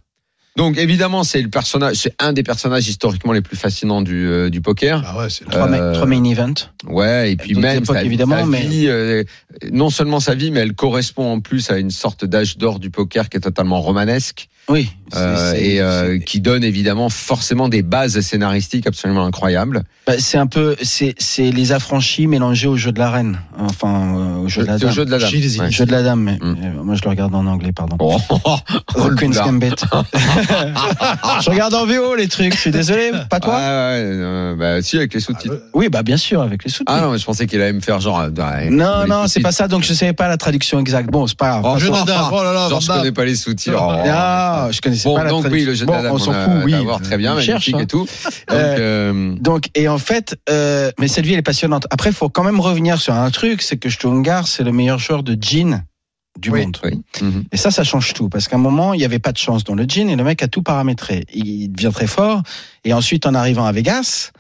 E: donc évidemment, c'est le personnage, c'est un des personnages historiquement les plus fascinants du, euh, du poker.
F: Ah ouais, c'est
G: Trois, ma-
E: Euh,
G: trois main event.
E: Ouais, et puis
G: D'autres
E: même
G: époques,
E: sa,
G: évidemment,
E: sa
G: mais-
E: vie, euh, non seulement sa vie, mais elle correspond en plus à une sorte d'âge d'or du poker qui est totalement romanesque
G: Oui. c'est-
E: euh,
G: c'est-
E: et euh,
G: c'est-
E: qui donne évidemment forcément des bases scénaristiques absolument incroyables.
G: Bah, c'est un peu, c'est c'est les affranchis mélangés au jeu de la reine, enfin euh, au jeu de la
E: C'est
G: dame.
E: au jeu de la dame.
F: Gilles,
E: Ouais.
G: Jeu de la dame, mais
E: Mm.
G: euh, moi je le regarde en anglais, pardon.
E: Oh,
G: The
E: le
G: Queen's
E: boulard.
G: Gambit. je regarde en VO les trucs. Je suis désolé, pas
E: Ouais,
G: toi.
E: Ah, ouais, euh, bah, si avec les
F: Ah,
E: sous-titres.
F: le-
G: Oui, bah bien sûr avec les sous-titres.
E: Ah, non, mais je pensais qu'il allait me faire genre. euh, ouais,
G: non,
E: les
G: non, c'est
E: sous-titres.
G: pas ça. Donc je savais pas la traduction exacte. Bon, c'est pas grave.
E: Oh,
F: Jeu de dame, oh là là,
E: Genre, je
F: Van Damme.
E: connais pas les sous-tirs. Oh.
G: Ah, je connaissais
E: Bon,
G: pas la
E: donc oui,
G: traduction.
E: le jeu de
G: Bon,
E: la dame,
G: on s'en
E: a-
G: fout, oui.
E: d'avoir très bien,
G: On
E: magnifique
G: cherche, hein.
E: et tout. Donc, euh,
G: Donc, et en fait, euh, mais cette vie, elle est passionnante. Après, il faut quand même revenir sur un truc, c'est que Stungar, c'est le meilleur joueur de gin du
E: oui,
G: monde.
E: oui. Mhm.
G: Et ça, ça change tout, parce qu'à un moment, il n'y avait pas de chance dans le gin, et le mec a tout paramétré. Il devient très fort, et ensuite, en arrivant à Vegas,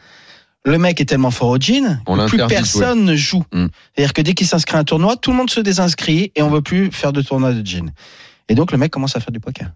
G: le mec est tellement fort au gin
E: On
G: que plus
E: l'interdit de
G: personne ne joue.
E: Mm.
G: C'est-à-dire que dès qu'il s'inscrit à un tournoi, tout le monde se désinscrit, et on veut plus faire de tournoi de gin. Et donc, le mec commence à faire du poker.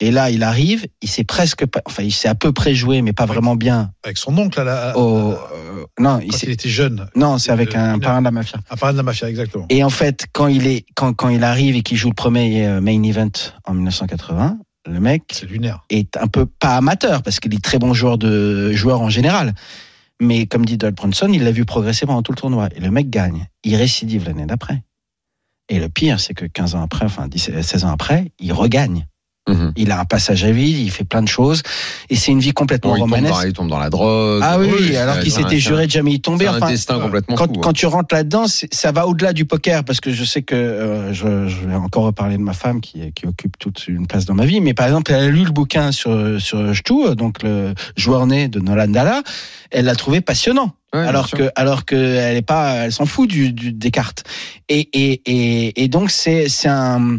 G: Et là, il arrive, il sait presque pas, enfin, il sait à peu près jouer, mais pas vraiment bien
F: Avec son oncle, à la- à-
G: au-
F: à-
G: euh, non, il
F: quand
G: s'est-
F: il était jeune,
G: non, c'est avec
F: Euh,
G: un
F: non.
G: parrain de la mafia.
F: à Paris de la Mafia, exactement.
G: Et en fait, quand il est, quand, quand il arrive et qu'il joue le premier euh, main event en 1980, le mec
F: C'est lunaire.
G: est un peu pas amateur parce qu'il est très bon joueur de joueur en général. Mais comme dit Doyle Bronson, il l'a vu progresser pendant tout le tournoi. Et le mec gagne. Il récidive euh, l'année d'après. Et le pire, c'est que 15 ans après, enfin 17, 16 ans après, il regagne.
E: Mhm.
G: Il a un passage à vide, il fait plein de choses, et c'est une vie complètement
E: Bon, il, tombe
G: romanesque.
E: dans, il tombe dans la drogue.
G: Ah oui, oui,
E: c'est
G: alors qu'il
E: un- c'est
G: s'était
E: un-
G: juré de jamais y tomber.
E: C'est un
G: Enfin,
E: destin complètement
G: quand,
E: fou,
G: quand
E: hein.
G: tu rentres là-dedans, c'est- ça va au-delà du poker, parce que je sais que euh, je, je vais encore reparler de ma femme qui, qui occupe toute une place dans ma vie, mais par exemple, elle a lu le bouquin sur, sur Stu, euh, donc le joueur né de Nolan Dalla, elle l'a trouvé passionnant.
E: Ouais, bien
G: alors
E: sûr.
G: que, alors que elle est pas, elle s'en fout du, du- des cartes. Et, et, et, et donc c'est, c'est un,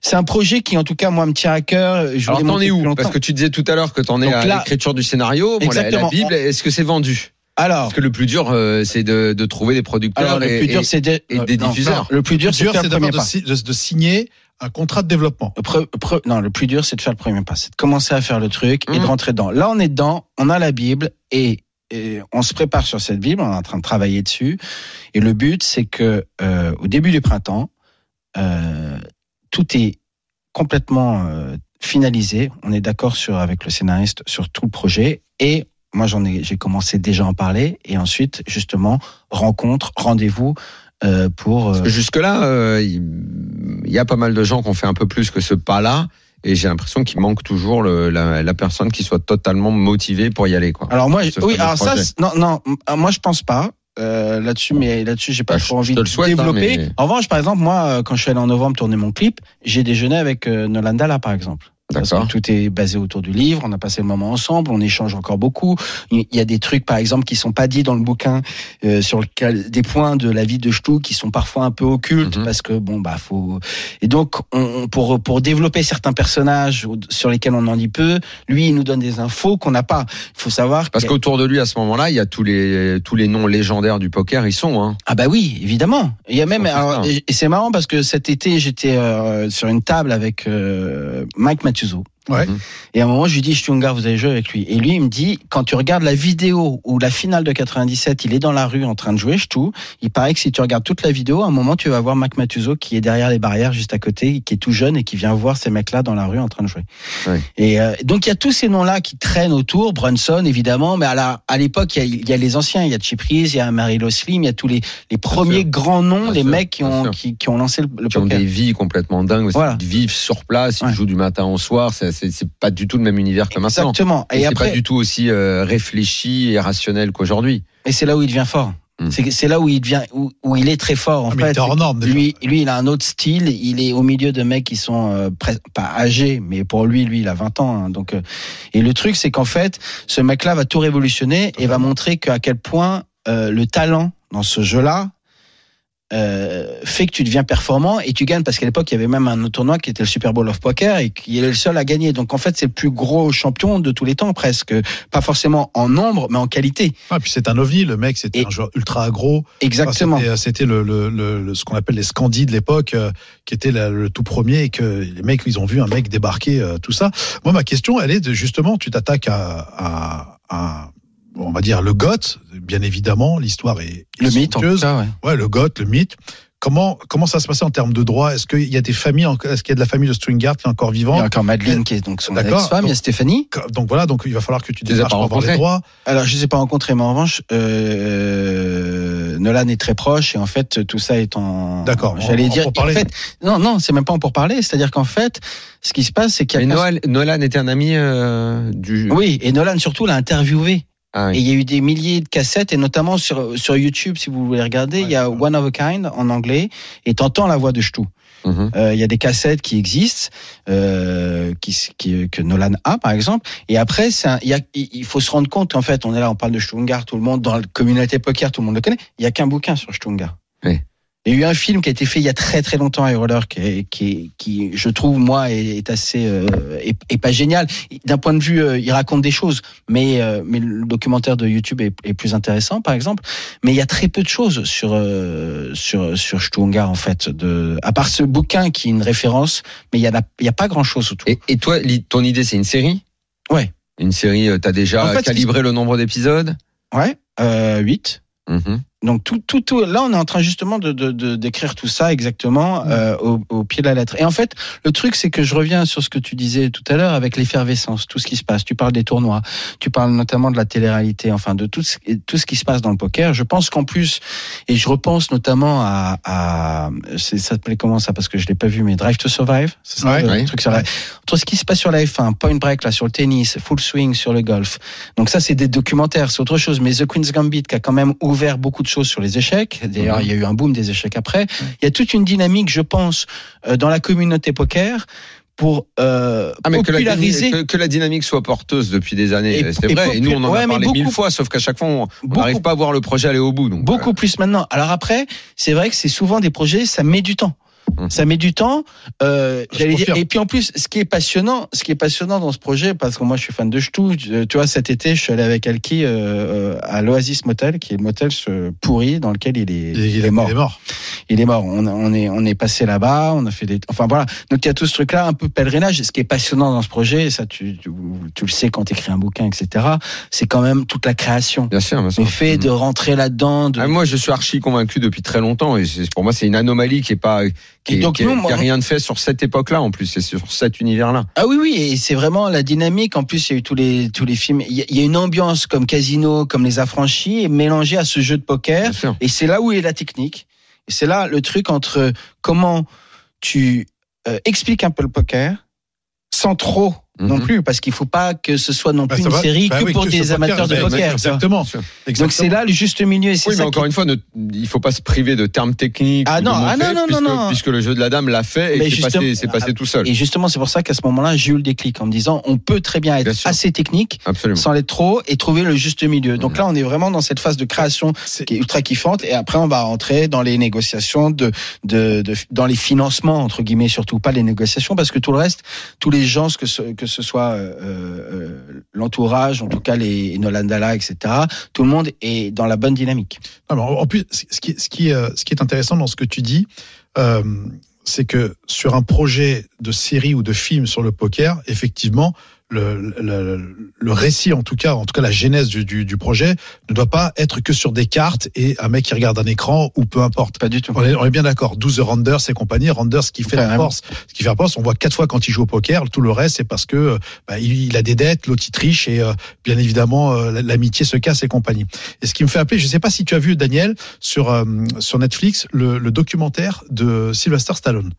G: c'est un projet qui en tout cas moi me tient à cœur. Je
E: Alors
G: voulais
E: t'en
G: monter
E: es
G: depuis
E: où
G: longtemps.
E: Parce que tu disais tout à l'heure que t'en es
G: Donc
E: à
G: là-
E: l'écriture du scénario. Moi, la, la
G: Exactement.
E: Bible, est-ce que c'est vendu
G: Alors,
E: Parce que le plus dur, euh, c'est de, de trouver des producteurs.
G: alors le
E: et-
G: plus dur
E: et-
G: c'est de- euh,
E: et des
G: non,
E: diffuseurs.
G: Le plus dur c'est de faire le
F: d'abord
G: premier
F: de,
G: pas.
F: si- de- de signer un contrat de développement.
G: Pre- pre- non, le plus dur, c'est de faire le premier pas. C'est de commencer à faire le truc et
E: Mhm.
G: de rentrer dedans. Là, on est dedans, on a la Bible et, et on se prépare sur cette Bible, on est en train de travailler dessus. Et le but, c'est que euh, au début du printemps, euh, tout est complètement euh, finalisé. On est d'accord sur avec le scénariste sur tout le projet et moi, j'en ai, j'ai commencé déjà à en parler et ensuite, justement, rencontre, rendez-vous euh, pour. euh,
E: Parce que jusque-là, euh, il il y a pas mal de gens qui ont fait un peu plus que ce pas-là. Et j'ai l'impression qu'il manque toujours le- la, la personne qui soit totalement motivée pour y aller. Quoi.
G: Alors moi,
E: Ce
G: oui,
E: fameux
G: alors ça,
E: projet.
G: c'est- non, non, m- euh, moi je pense pas. Euh, là-dessus, mais là-dessus, j'ai pas
E: Bah, je-
G: trop
E: je
G: envie
E: te
G: de
E: le souhaite, hein,
G: développer.
E: mais-
G: En revanche, par exemple, moi, euh, quand je suis allé en novembre tourner mon clip, j'ai déjeuné avec euh, Nolan Dalla, par exemple. Parce
E: D'accord.
G: que tout est basé autour du livre, on a passé le moment ensemble, on échange encore beaucoup. Il y a des trucs, par exemple, qui sont pas dits dans le bouquin, euh, sur lequel des points de la vie de Stu qui sont parfois un peu occultes,
E: Mhm.
G: parce que bon, bah faut. Et donc, on, on- pour pour développer certains personnages au- sur lesquels on en dit peu, lui, il nous donne des infos qu'on n'a pas. Il faut savoir
E: Parce
G: que-
E: qu'autour de lui, à ce moment-là, il y a tous les, tous les noms légendaires du poker, ils sont. Hein.
G: Ah bah oui, évidemment. Il y a même
E: pense que
G: alors,
E: Oh, c'est
G: et et c'est marrant parce que cet été j'étais euh, sur une table avec euh, Mike Matuzzo.
F: Ouais.
E: Mhm.
G: Et à un moment je lui dis Stungar, vous avez joué avec lui. Et lui il me dit quand tu regardes la vidéo où la finale de 97, il est dans la rue en train de jouer tout il paraît que si tu regardes toute la vidéo, à un moment tu vas voir Mike Matuzzo qui est derrière les barrières juste à côté, qui est tout jeune et qui vient voir ces mecs là dans la rue en train de jouer.
E: Ouais.
G: Et euh, donc il y a tous ces noms-là qui traînent autour, Brunson évidemment, mais à la à l'époque il y, a- il y a les anciens, il y a Chip Reeves, il y a Amarillo Slim, il y a tous les les premiers
E: sûr.
G: grands noms,
E: Bien
G: les
E: sûr,
G: mecs qui
E: bien
G: ont
E: sûr.
G: qui, qui ont lancé le, le
E: Qui ont
G: poker.
E: des vies complètement dingues, aussi,
G: Voilà.
E: qui vivent sur place, ils
G: Ouais.
E: jouent du matin au soir, c'est- c'est c'est pas du tout le même univers que maintenant.
G: Exactement.
E: Et,
G: Et
E: c'est pas
G: après
E: du tout aussi euh, réfléchi et rationnel qu'aujourd'hui.
G: et c'est là où il devient fort.
E: Mhm.
G: C'est c'est là où il devient où, où il est très fort en
F: Ah, mais il
G: fait.
F: était hors norme déjà.
G: Lui, lui, il a un autre style. Il est au milieu de mecs qui sont euh, pres- pas âgés, mais pour lui, lui, il a 20 ans. hein, donc, euh, et le truc, c'est qu'en fait, ce mec-là va tout révolutionner et va montrer qu'à quel point euh, le talent dans ce jeu-là euh, fait que tu deviens performant et tu gagnes parce qu'à l'époque il y avait même un autre tournoi qui était le Super Bowl of Poker et qui est le seul à gagner donc en fait c'est le plus gros champion de tous les temps presque pas forcément en nombre mais en qualité
F: Ah, puis c'est un ovni, le mec, c'était
G: Et-
F: un joueur ultra agro.
G: exactement
F: Ah, c'était- C'était le, le- le- le- ce qu'on appelle les Scandis de l'époque, euh, qui était la- le tout premier, et que les mecs, ils ont vu un mec débarquer, euh, tout ça. Moi, ma question, elle est de, justement, tu t'attaques à, à- à, on va dire, le goth, bien évidemment, l'histoire est
G: le
F: est
G: mythe en tout
F: somptueuse.
G: cas, ouais.
F: Ouais, le goth, le mythe. Comment, comment ça se passait en termes de droit Est-ce qu'il y a des familles, en- est-ce qu'il y a de la famille de Stringard qui est encore
G: Il y
F: vivante
G: a encore Madeleine qui est donc son
F: D'accord.
G: ex-femme, il y a
F: Donc-
G: Stéphanie.
F: Donc voilà, donc il va falloir que tu
E: Tu les as
F: démarches
E: pas
F: pour avoir les
E: rencontrés.
F: droits.
G: Alors je ne les ai pas rencontrés, mais en revanche, euh, Nolan est très proche et en fait tout ça est en.
F: D'accord.
G: J'allais
F: En- en
G: dire. En
F: pourparlers.
G: fait, non, non, c'est même pas en pour parler. C'est-à-dire qu'en fait, ce qui se passe, c'est qu'il y
E: Mais
G: a.
E: Noël, Nolan était un ami euh, du.
G: Oui, et Nolan surtout l'a interviewé.
E: Ah
G: Et
E: oui.
G: il y a eu des milliers de cassettes, et notamment sur, sur YouTube, si vous voulez regarder, il y a One of a Kind en anglais, et t'entends la voix de Stu.
E: Mhm.
G: Euh, Il y a des cassettes qui existent, euh, qui, s- qui- que Nolan a par exemple. Et après, c'est un- il y a- il il faut se rendre compte qu'en fait, on est là, on parle de Stungar, tout le monde dans la communauté poker, tout le monde le connaît. Il y a qu'un bouquin sur Stungar.
E: Oui.
G: Il y a eu un film qui a été fait il y a très très longtemps à Roller qui, est- qui, est- qui, je trouve moi est, est assez euh, est, est pas génial d'un point de vue euh, il raconte des choses mais euh, mais le documentaire de YouTube est, est plus intéressant par exemple mais il y a très peu de choses sur euh, sur sur Stunga en fait de à part ce bouquin qui est une référence mais il y en a il y a pas grand chose autour
E: Et, et toi, li- ton idée, c'est une série
G: Ouais.
E: Une série, euh, t'as déjà
G: En fait,
E: calibré le nombre d'épisodes
G: ouais euh, 8
E: Mhm.
G: Donc tout, tout, tout. Là, on est en train justement de, de, de- d'écrire tout ça exactement euh, au, au pied de la lettre. Et en fait, le truc, c'est que je reviens sur ce que tu disais tout à l'heure avec l'effervescence, tout ce qui se passe. Tu parles des tournois, tu parles notamment de la télé-réalité, enfin de tout ce, et tout ce qui se passe dans le poker. Je pense qu'en plus, et je repense notamment à, à c'est, ça s'appelait comment ça Parce que je l'ai pas vu, mais Drive to Survive. C'est ça,
F: Ouais,
G: le
E: ouais.
G: truc sur la- Entre ce qui se passe sur la F1, Point Break là sur le tennis, Full Swing sur le golf. Donc ça, c'est des documentaires, c'est autre chose. Mais The Queen's Gambit, qui a quand même ouvert beaucoup de choses sur les échecs. D'ailleurs, il y a eu un boom des échecs après. Il y a toute une dynamique, je pense, euh, dans la communauté poker pour euh,
E: Ah, mais que la,
G: populariser.
E: que, que la dynamique soit porteuse depuis des années, euh,
G: Et-
E: c'est
G: et
E: vrai.
G: popu-
E: Et nous, on en
G: ouais,
E: a
G: mais
E: parlé
G: beaucoup-
E: mille fois, sauf qu'à chaque fois, on- on
G: Beaucoup-
E: n'arrive pas à voir le projet aller au bout. Donc, euh,
G: Beaucoup plus maintenant. Alors après, c'est vrai que c'est souvent des projets, ça met du temps.
E: Mhm.
G: Ça met du temps. euh,
F: Je
G: j'allais dire.
F: confirme.
G: Et puis en plus, ce qui est passionnant, ce qui est passionnant dans ce projet, parce que moi je suis fan de Stu, je- tu vois, cet été, je suis allé avec Alki euh, euh, à l'Oasis Motel, qui est le motel ce pourri dans lequel il est,
F: Et
G: il est mort.
F: Il est mort.
G: il est mort. On, a- on est on est passé là-bas, on a fait des, enfin voilà. Donc il y a tout ce truc-là, un peu pèlerinage. Et Ce qui est passionnant dans ce projet, et ça tu tu, tu le sais quand t'écris un bouquin, etc. C'est quand même toute la création,
E: Bien sûr, bien sûr. Mhm.
G: le fait de rentrer là-dedans, de
E: Ah, moi, je suis archi convaincu depuis très longtemps. Et c'est- pour moi, c'est une anomalie qui est pas, euh, qui,
G: Et
E: est-
G: donc,
E: qui est-
G: nous,
E: qui a
G: moi-
E: rien de fait sur cette époque-là. En plus, c'est sur cet univers-là.
G: Ah oui, oui, et c'est vraiment la dynamique. En plus, il y a eu tous les, tous les films. Il y, a- il y a une ambiance comme Casino, comme Les Affranchis, et mélangée à ce jeu de poker.
E: Bien sûr.
G: Et c'est là où est la technique. Et c'est là le truc entre comment tu euh, expliques un peu le poker, sans trop non
E: Mhm.
G: plus, parce qu'il faut pas que ce soit non
F: Bah,
G: plus
F: ça
G: une
F: va-
G: série
F: bah
G: que
F: oui,
G: pour des
F: ce
G: amateurs de
F: bah,
G: poker. tu vois.
F: Exactement.
E: Bien sûr.
G: Donc c'est là le juste milieu. Et c'est
E: Oui, mais
G: ça
E: encore
G: qui-
E: une fois, ne- il faut pas se priver de termes techniques. ou
G: Ah
E: de
G: non,
E: mots
G: ah non,
E: faits,
G: non,
E: puisque,
G: non, non.
E: puisque le jeu de la dame l'a fait
G: Mais
E: et c'est
G: justement- ah,
E: passé, c'est passé tout seul.
G: Et justement, c'est pour ça qu'à ce moment-là, j'ai eu le déclic en me disant on peut très bien être
E: Bien sûr.
G: assez technique
E: Absolument.
G: sans l'être trop et trouver le juste milieu. Donc là, on est vraiment dans cette phase de création qui est ultra kiffante et après on va entrer dans les négociations de, de, de- dans les financements entre guillemets surtout pas les négociations parce que tout le reste, tous les gens ce que ce, que ce soit euh, euh, l'entourage, en tout cas les Nolandala etc. Tout le monde est dans la bonne dynamique.
F: Non, mais en en plus, ce ce qui, ce, qui, euh, ce qui est intéressant dans ce que tu dis, euh, c'est que sur un projet de série ou de film sur le poker, effectivement, le, le, le récit, en tout cas, en tout cas la genèse du, du, du projet, ne doit pas être que sur des cartes et un mec qui regarde un écran ou peu importe.
G: Pas du tout.
F: On est, on est bien d'accord. 12 Renders et compagnie. Renders, ce qui fait la
G: Carrément.
F: force, ce qui fait la force, on voit quatre fois quand il joue au poker. Tout le reste, c'est parce que euh, bah, il, il a des dettes, l'autre il triche et euh, bien évidemment euh, l'amitié se casse et compagnie. Et ce qui me fait appeler, je ne sais pas si tu as vu Daniel sur euh, sur Netflix le, le documentaire de Sylvester Stallone.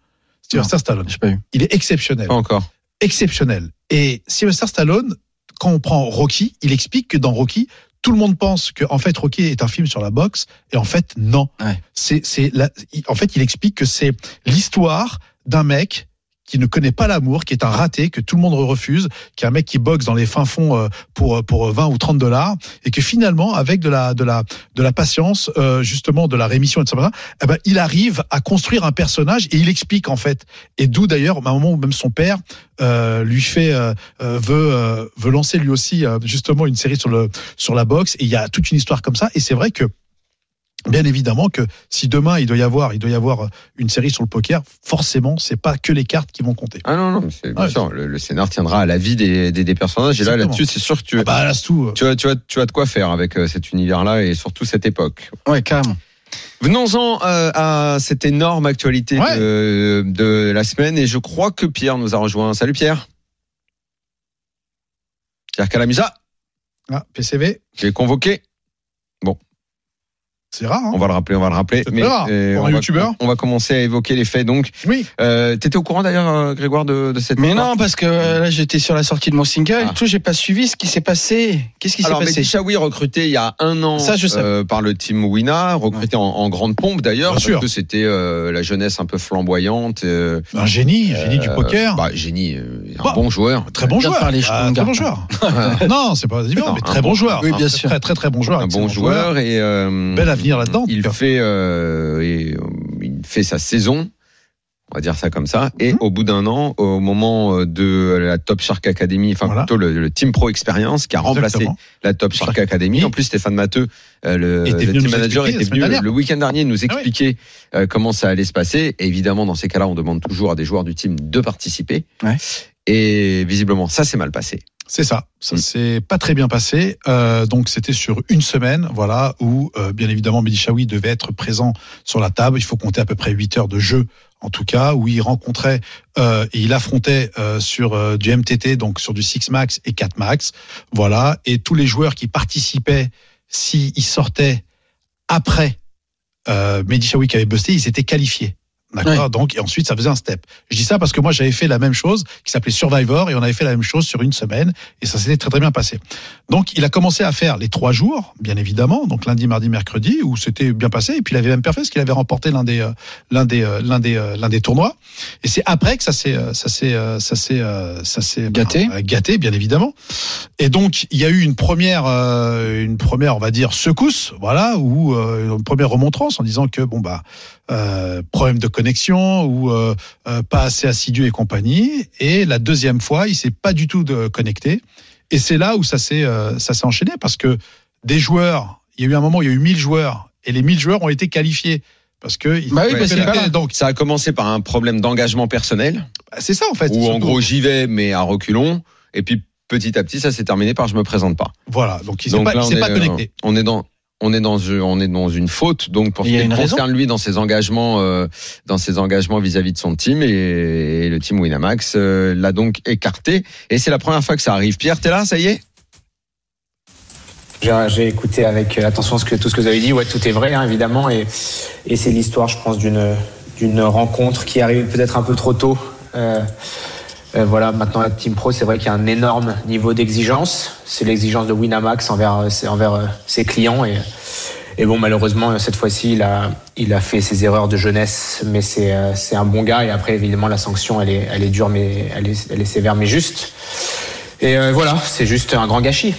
F: Sylvester Stallone,
G: J'ai pas eu.
F: il est exceptionnel
E: Pas encore.
F: exceptionnel. Et Sylvester Stallone, quand on prend Rocky, il explique que dans Rocky, tout le monde pense que en fait Rocky est un film sur la boxe, et en fait non.
G: Ouais.
F: C'est c'est la- il- en fait il explique que c'est l'histoire d'un mec qui ne connaît pas l'amour, qui est un raté, que tout le monde refuse, qui est un mec qui boxe dans les fins fonds euh, pour pour 20 ou 30 dollars, et que finalement avec de la de la de la patience, euh, justement de la rémission, etc. Eh ben, il arrive à construire un personnage et il explique en fait. Et d'où d'ailleurs, à un moment où même son père euh, lui fait euh, euh, veut euh, veut lancer lui aussi euh, justement une série sur le sur la boxe. Et il y a toute une histoire comme ça. Et c'est vrai que Bien évidemment que si demain il doit y avoir il doit y avoir euh, une série sur le poker, forcément c'est pas que les cartes qui vont compter.
E: Ah non, non, mais c'est bien
F: Ouais.
E: sûr. Le, le scénar tiendra à la vie des, des, des personnages. Et là,
F: Exactement.
E: là-dessus, c'est sûr que tu,
F: Ah bah là c'est tout. euh,
E: tu, as, tu, as, tu as de quoi faire avec euh, cet univers-là et surtout cette époque.
G: Ouais, carrément.
E: Venons-en euh, à cette énorme actualité
F: Ouais.
E: de, de la semaine. Et je crois que Pierre nous a rejoint. Salut Pierre. Pierre Calamusa,
F: Ah, PCV,
E: tu es convoqué.
F: c'est rare. Hein
E: On va le rappeler, on va le rappeler. euh,
F: C'est très rare pour
E: on,
F: un
E: va,
F: youtubeur.
E: on va commencer à évoquer les faits. Donc,
F: oui.
E: euh, t'étais au courant d'ailleurs, euh, Grégoire, de, de cette.
G: Mais
E: histoire
G: non, parce que euh, là j'étais sur la sortie de mon single
E: Ah.
G: et tout, j'ai pas suivi ce qui s'est passé. Qu'est-ce qui s'est
E: Alors, Mehdi
G: passé
E: Chaoui, recruté il y a un an
G: Ça, je sais.
E: euh, par le team Wina, recruté en, en grande pompe d'ailleurs,
F: Bien
E: parce
F: sûr.
E: que c'était euh, la jeunesse un peu flamboyante. euh,
F: Un génie, génie du
E: euh,
F: poker.
E: bah, génie, euh, un
F: Bah,
E: bon joueur.
F: Très bon
G: Bien
F: joueur.
G: parlé, je
F: Ah,
G: suis
F: très
G: un
F: bon
G: gars.
F: joueur. non, c'est pas évident,
E: Non,
F: mais
E: un
F: très
E: bon
F: bon joueur.
G: Oui, bien
F: Un
G: sûr.
F: Très, très, très bon joueur.
E: un bon
F: excellent
E: joueur et euh,
F: Bel avenir là-dedans, en tout
E: Il
F: cas.
E: fait, euh, et, euh, il fait sa saison. On va dire ça comme ça. Et
F: Mhm.
E: au bout d'un an, au moment euh, de la Top Shark Academy, enfin
F: Voilà.
E: plutôt le, le Team Pro Experience qui a remplacé
F: Exactement.
E: la Top Shark Academy. En plus, Stéphane Matteux, euh, le, le
F: Était venu
E: team
F: nous
E: manager, était
F: expliquer la semaine
E: venu le,
F: dernière.
E: le week-end dernier nous
F: Ah oui.
E: expliquer euh, comment ça allait se passer. Et évidemment, dans ces cas-là, on demande toujours à des joueurs du team de participer.
G: Ouais.
E: Et visiblement, ça s'est mal passé.
F: C'est ça. Ça s'est pas très bien passé. Euh, donc c'était sur une semaine, voilà, où euh, bien évidemment Melichaoui devait être présent sur la table. Il faut compter à peu près 8 heures de jeu. En tout cas, où il rencontrait euh, et il affrontait euh, sur euh, du MTT, donc sur du 6 max et 4 max, voilà. Et tous les joueurs qui participaient, s'ils sortaient après euh, Melichaoui qui avait busté, ils étaient qualifiés. D'accord. Donc et ensuite ça faisait un step. Je dis ça parce que moi j'avais fait la même chose qui s'appelait Survivor et on avait fait la même chose sur une semaine et ça s'était très très bien passé. Donc il a commencé à faire les trois jours, bien évidemment, donc lundi, mardi, mercredi où c'était bien passé et puis il avait même parfait parce qu'il avait remporté l'un des euh, l'un des euh, l'un des euh, l'un des tournois et c'est après que ça s'est euh, ça s'est euh, ça s'est euh, ça s'est
G: Gâté.
F: ben, gâté bien évidemment. Et donc il y a eu une première euh, une première on va dire secousse, voilà, ou euh, une première remontrance en disant que bon bah euh, problème de connexion ou euh, euh, pas assez assidu et compagnie. Et la deuxième fois, il s'est pas du tout de- connecté. Et c'est là où ça s'est euh, ça s'est enchaîné parce que des joueurs, il y a eu un moment, où il y a eu 1000 joueurs et les 1000 joueurs ont été qualifiés parce que ils
G: Bah oui,
F: étaient
G: parce que-
F: connectés. donc
E: Ça a commencé par un problème d'engagement personnel.
F: bah, c'est ça en fait.
E: Ou en
F: surtout.
E: gros j'y vais mais à reculons et puis petit à petit ça s'est terminé par je me présente pas.
F: voilà, donc il s'est
E: Donc
F: pas,
E: là,
F: il
E: on
F: s'est
E: est,
F: pas
E: euh,
F: connecté.
E: On est dans on est dans un- on est dans une faute donc pour ce
G: Il y
E: qui
G: a
E: le
G: une raison.
E: concerne lui dans ses engagements euh, dans ses engagements vis-à-vis de son team et, et le team Winamax euh, l'a donc écarté et c'est la première fois que ça arrive. Pierre t'es là ça y est
J: J'ai j'ai écouté avec attention ce que, tout ce que vous avez dit. Ouais, tout est vrai, hein, évidemment. Et, et c'est l'histoire, je pense, d'une d'une rencontre qui arrive peut-être un peu trop tôt. Euh, euh, voilà, maintenant, la Team Pro, c'est vrai qu'il y a un énorme niveau d'exigence. C'est l'exigence de Winamax envers, euh, ses- envers euh, ses clients. Et, et bon, malheureusement, euh, cette fois-ci, il a, il a fait ses erreurs de jeunesse. Mais c'est euh, c'est un bon gars. Et après, évidemment, la sanction, elle est, elle est dure, mais elle est, elle est sévère, mais juste. Et euh, voilà, c'est juste un grand gâchis.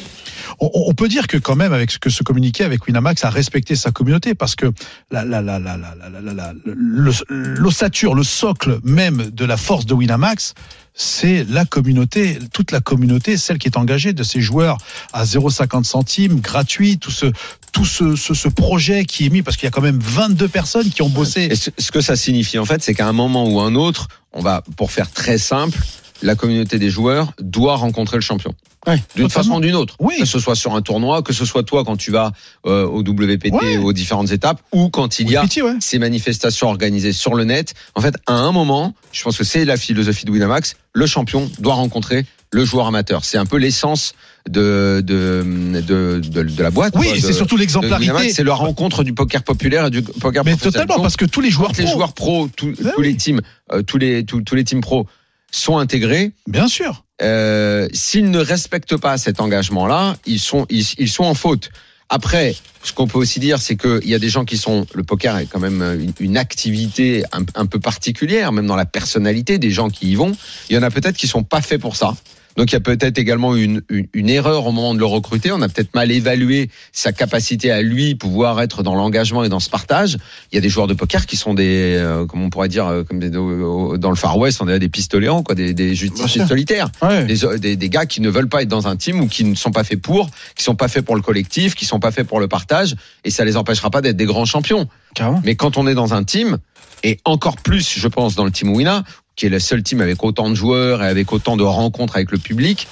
F: on, on peut dire que quand même avec ce que se communiquait avec Winamax a respecté sa communauté parce que la, la, la, la, la, la, la, la- le- l'ossature, le socle même de la force de Winamax, c'est la communauté, toute la communauté, celle qui est engagée de ces joueurs à 0,50 centimes, gratuit, tout ce tout ce, ce, ce projet qui est mis parce qu'il y a quand même 22 personnes qui ont bossé.
E: Et ce, ce que ça signifie en fait, c'est qu'à un moment ou un autre, on va, pour faire très simple, la communauté des joueurs doit rencontrer le champion.
G: Ouais,
E: d'une
F: totalement.
E: façon ou d'une autre.
F: Oui.
E: Que ce soit sur un tournoi, que ce soit toi quand tu vas euh, au WPT,
F: Ouais.
E: aux différentes étapes, ou quand il y a
F: Pitié, ouais.
E: ces manifestations organisées sur le net. En fait, à un moment, je pense que c'est la philosophie de Winamax, le champion doit rencontrer le joueur amateur. C'est un peu l'essence de, de, de, de, de la boîte.
F: Oui,
E: quoi,
F: et c'est
E: de-
F: surtout
E: de Winamax.
F: l'exemplarité.
E: C'est la rencontre du poker populaire et du poker
F: Mais
E: professionnel.
F: totalement,
E: Donc,
F: parce que tous les joueurs,
E: quand les
F: pro,
E: joueurs pro, tous-
F: Ben
E: tous
F: oui.
E: les teams, euh, tous les tous, tous les teams pro sont intégrés.
F: bien sûr.
E: Euh, S'ils ne respectent pas cet engagement-là, ils sont ils, ils sont en faute. Après, ce qu'on peut aussi dire, c'est qu'il y a des gens qui sont. Le poker est quand même une, une activité un, un peu particulière, même dans la personnalité des gens qui y vont. Il y en a peut-être qui sont pas faits pour ça. Donc il y a peut-être également une, une, une erreur au moment de le recruter. On a peut-être mal évalué sa capacité à lui pouvoir être dans l'engagement et dans ce partage. Il y a des joueurs de poker qui sont des, euh, comme on pourrait dire, euh, comme des, au- au- dans le Far West, on a des pistoléants, quoi, des, des justiciers solitaires,
G: Ouais.
E: des, des, des gars qui ne veulent pas être dans un team ou qui ne sont pas faits pour, qui sont pas faits pour le collectif, qui sont pas faits pour le partage, et ça les empêchera pas d'être des grands champions.
G: Carrément.
E: Mais quand on est dans un team, et encore plus, je pense, dans le team Wina, qui est le seul team avec autant de joueurs et avec autant de rencontres avec le public,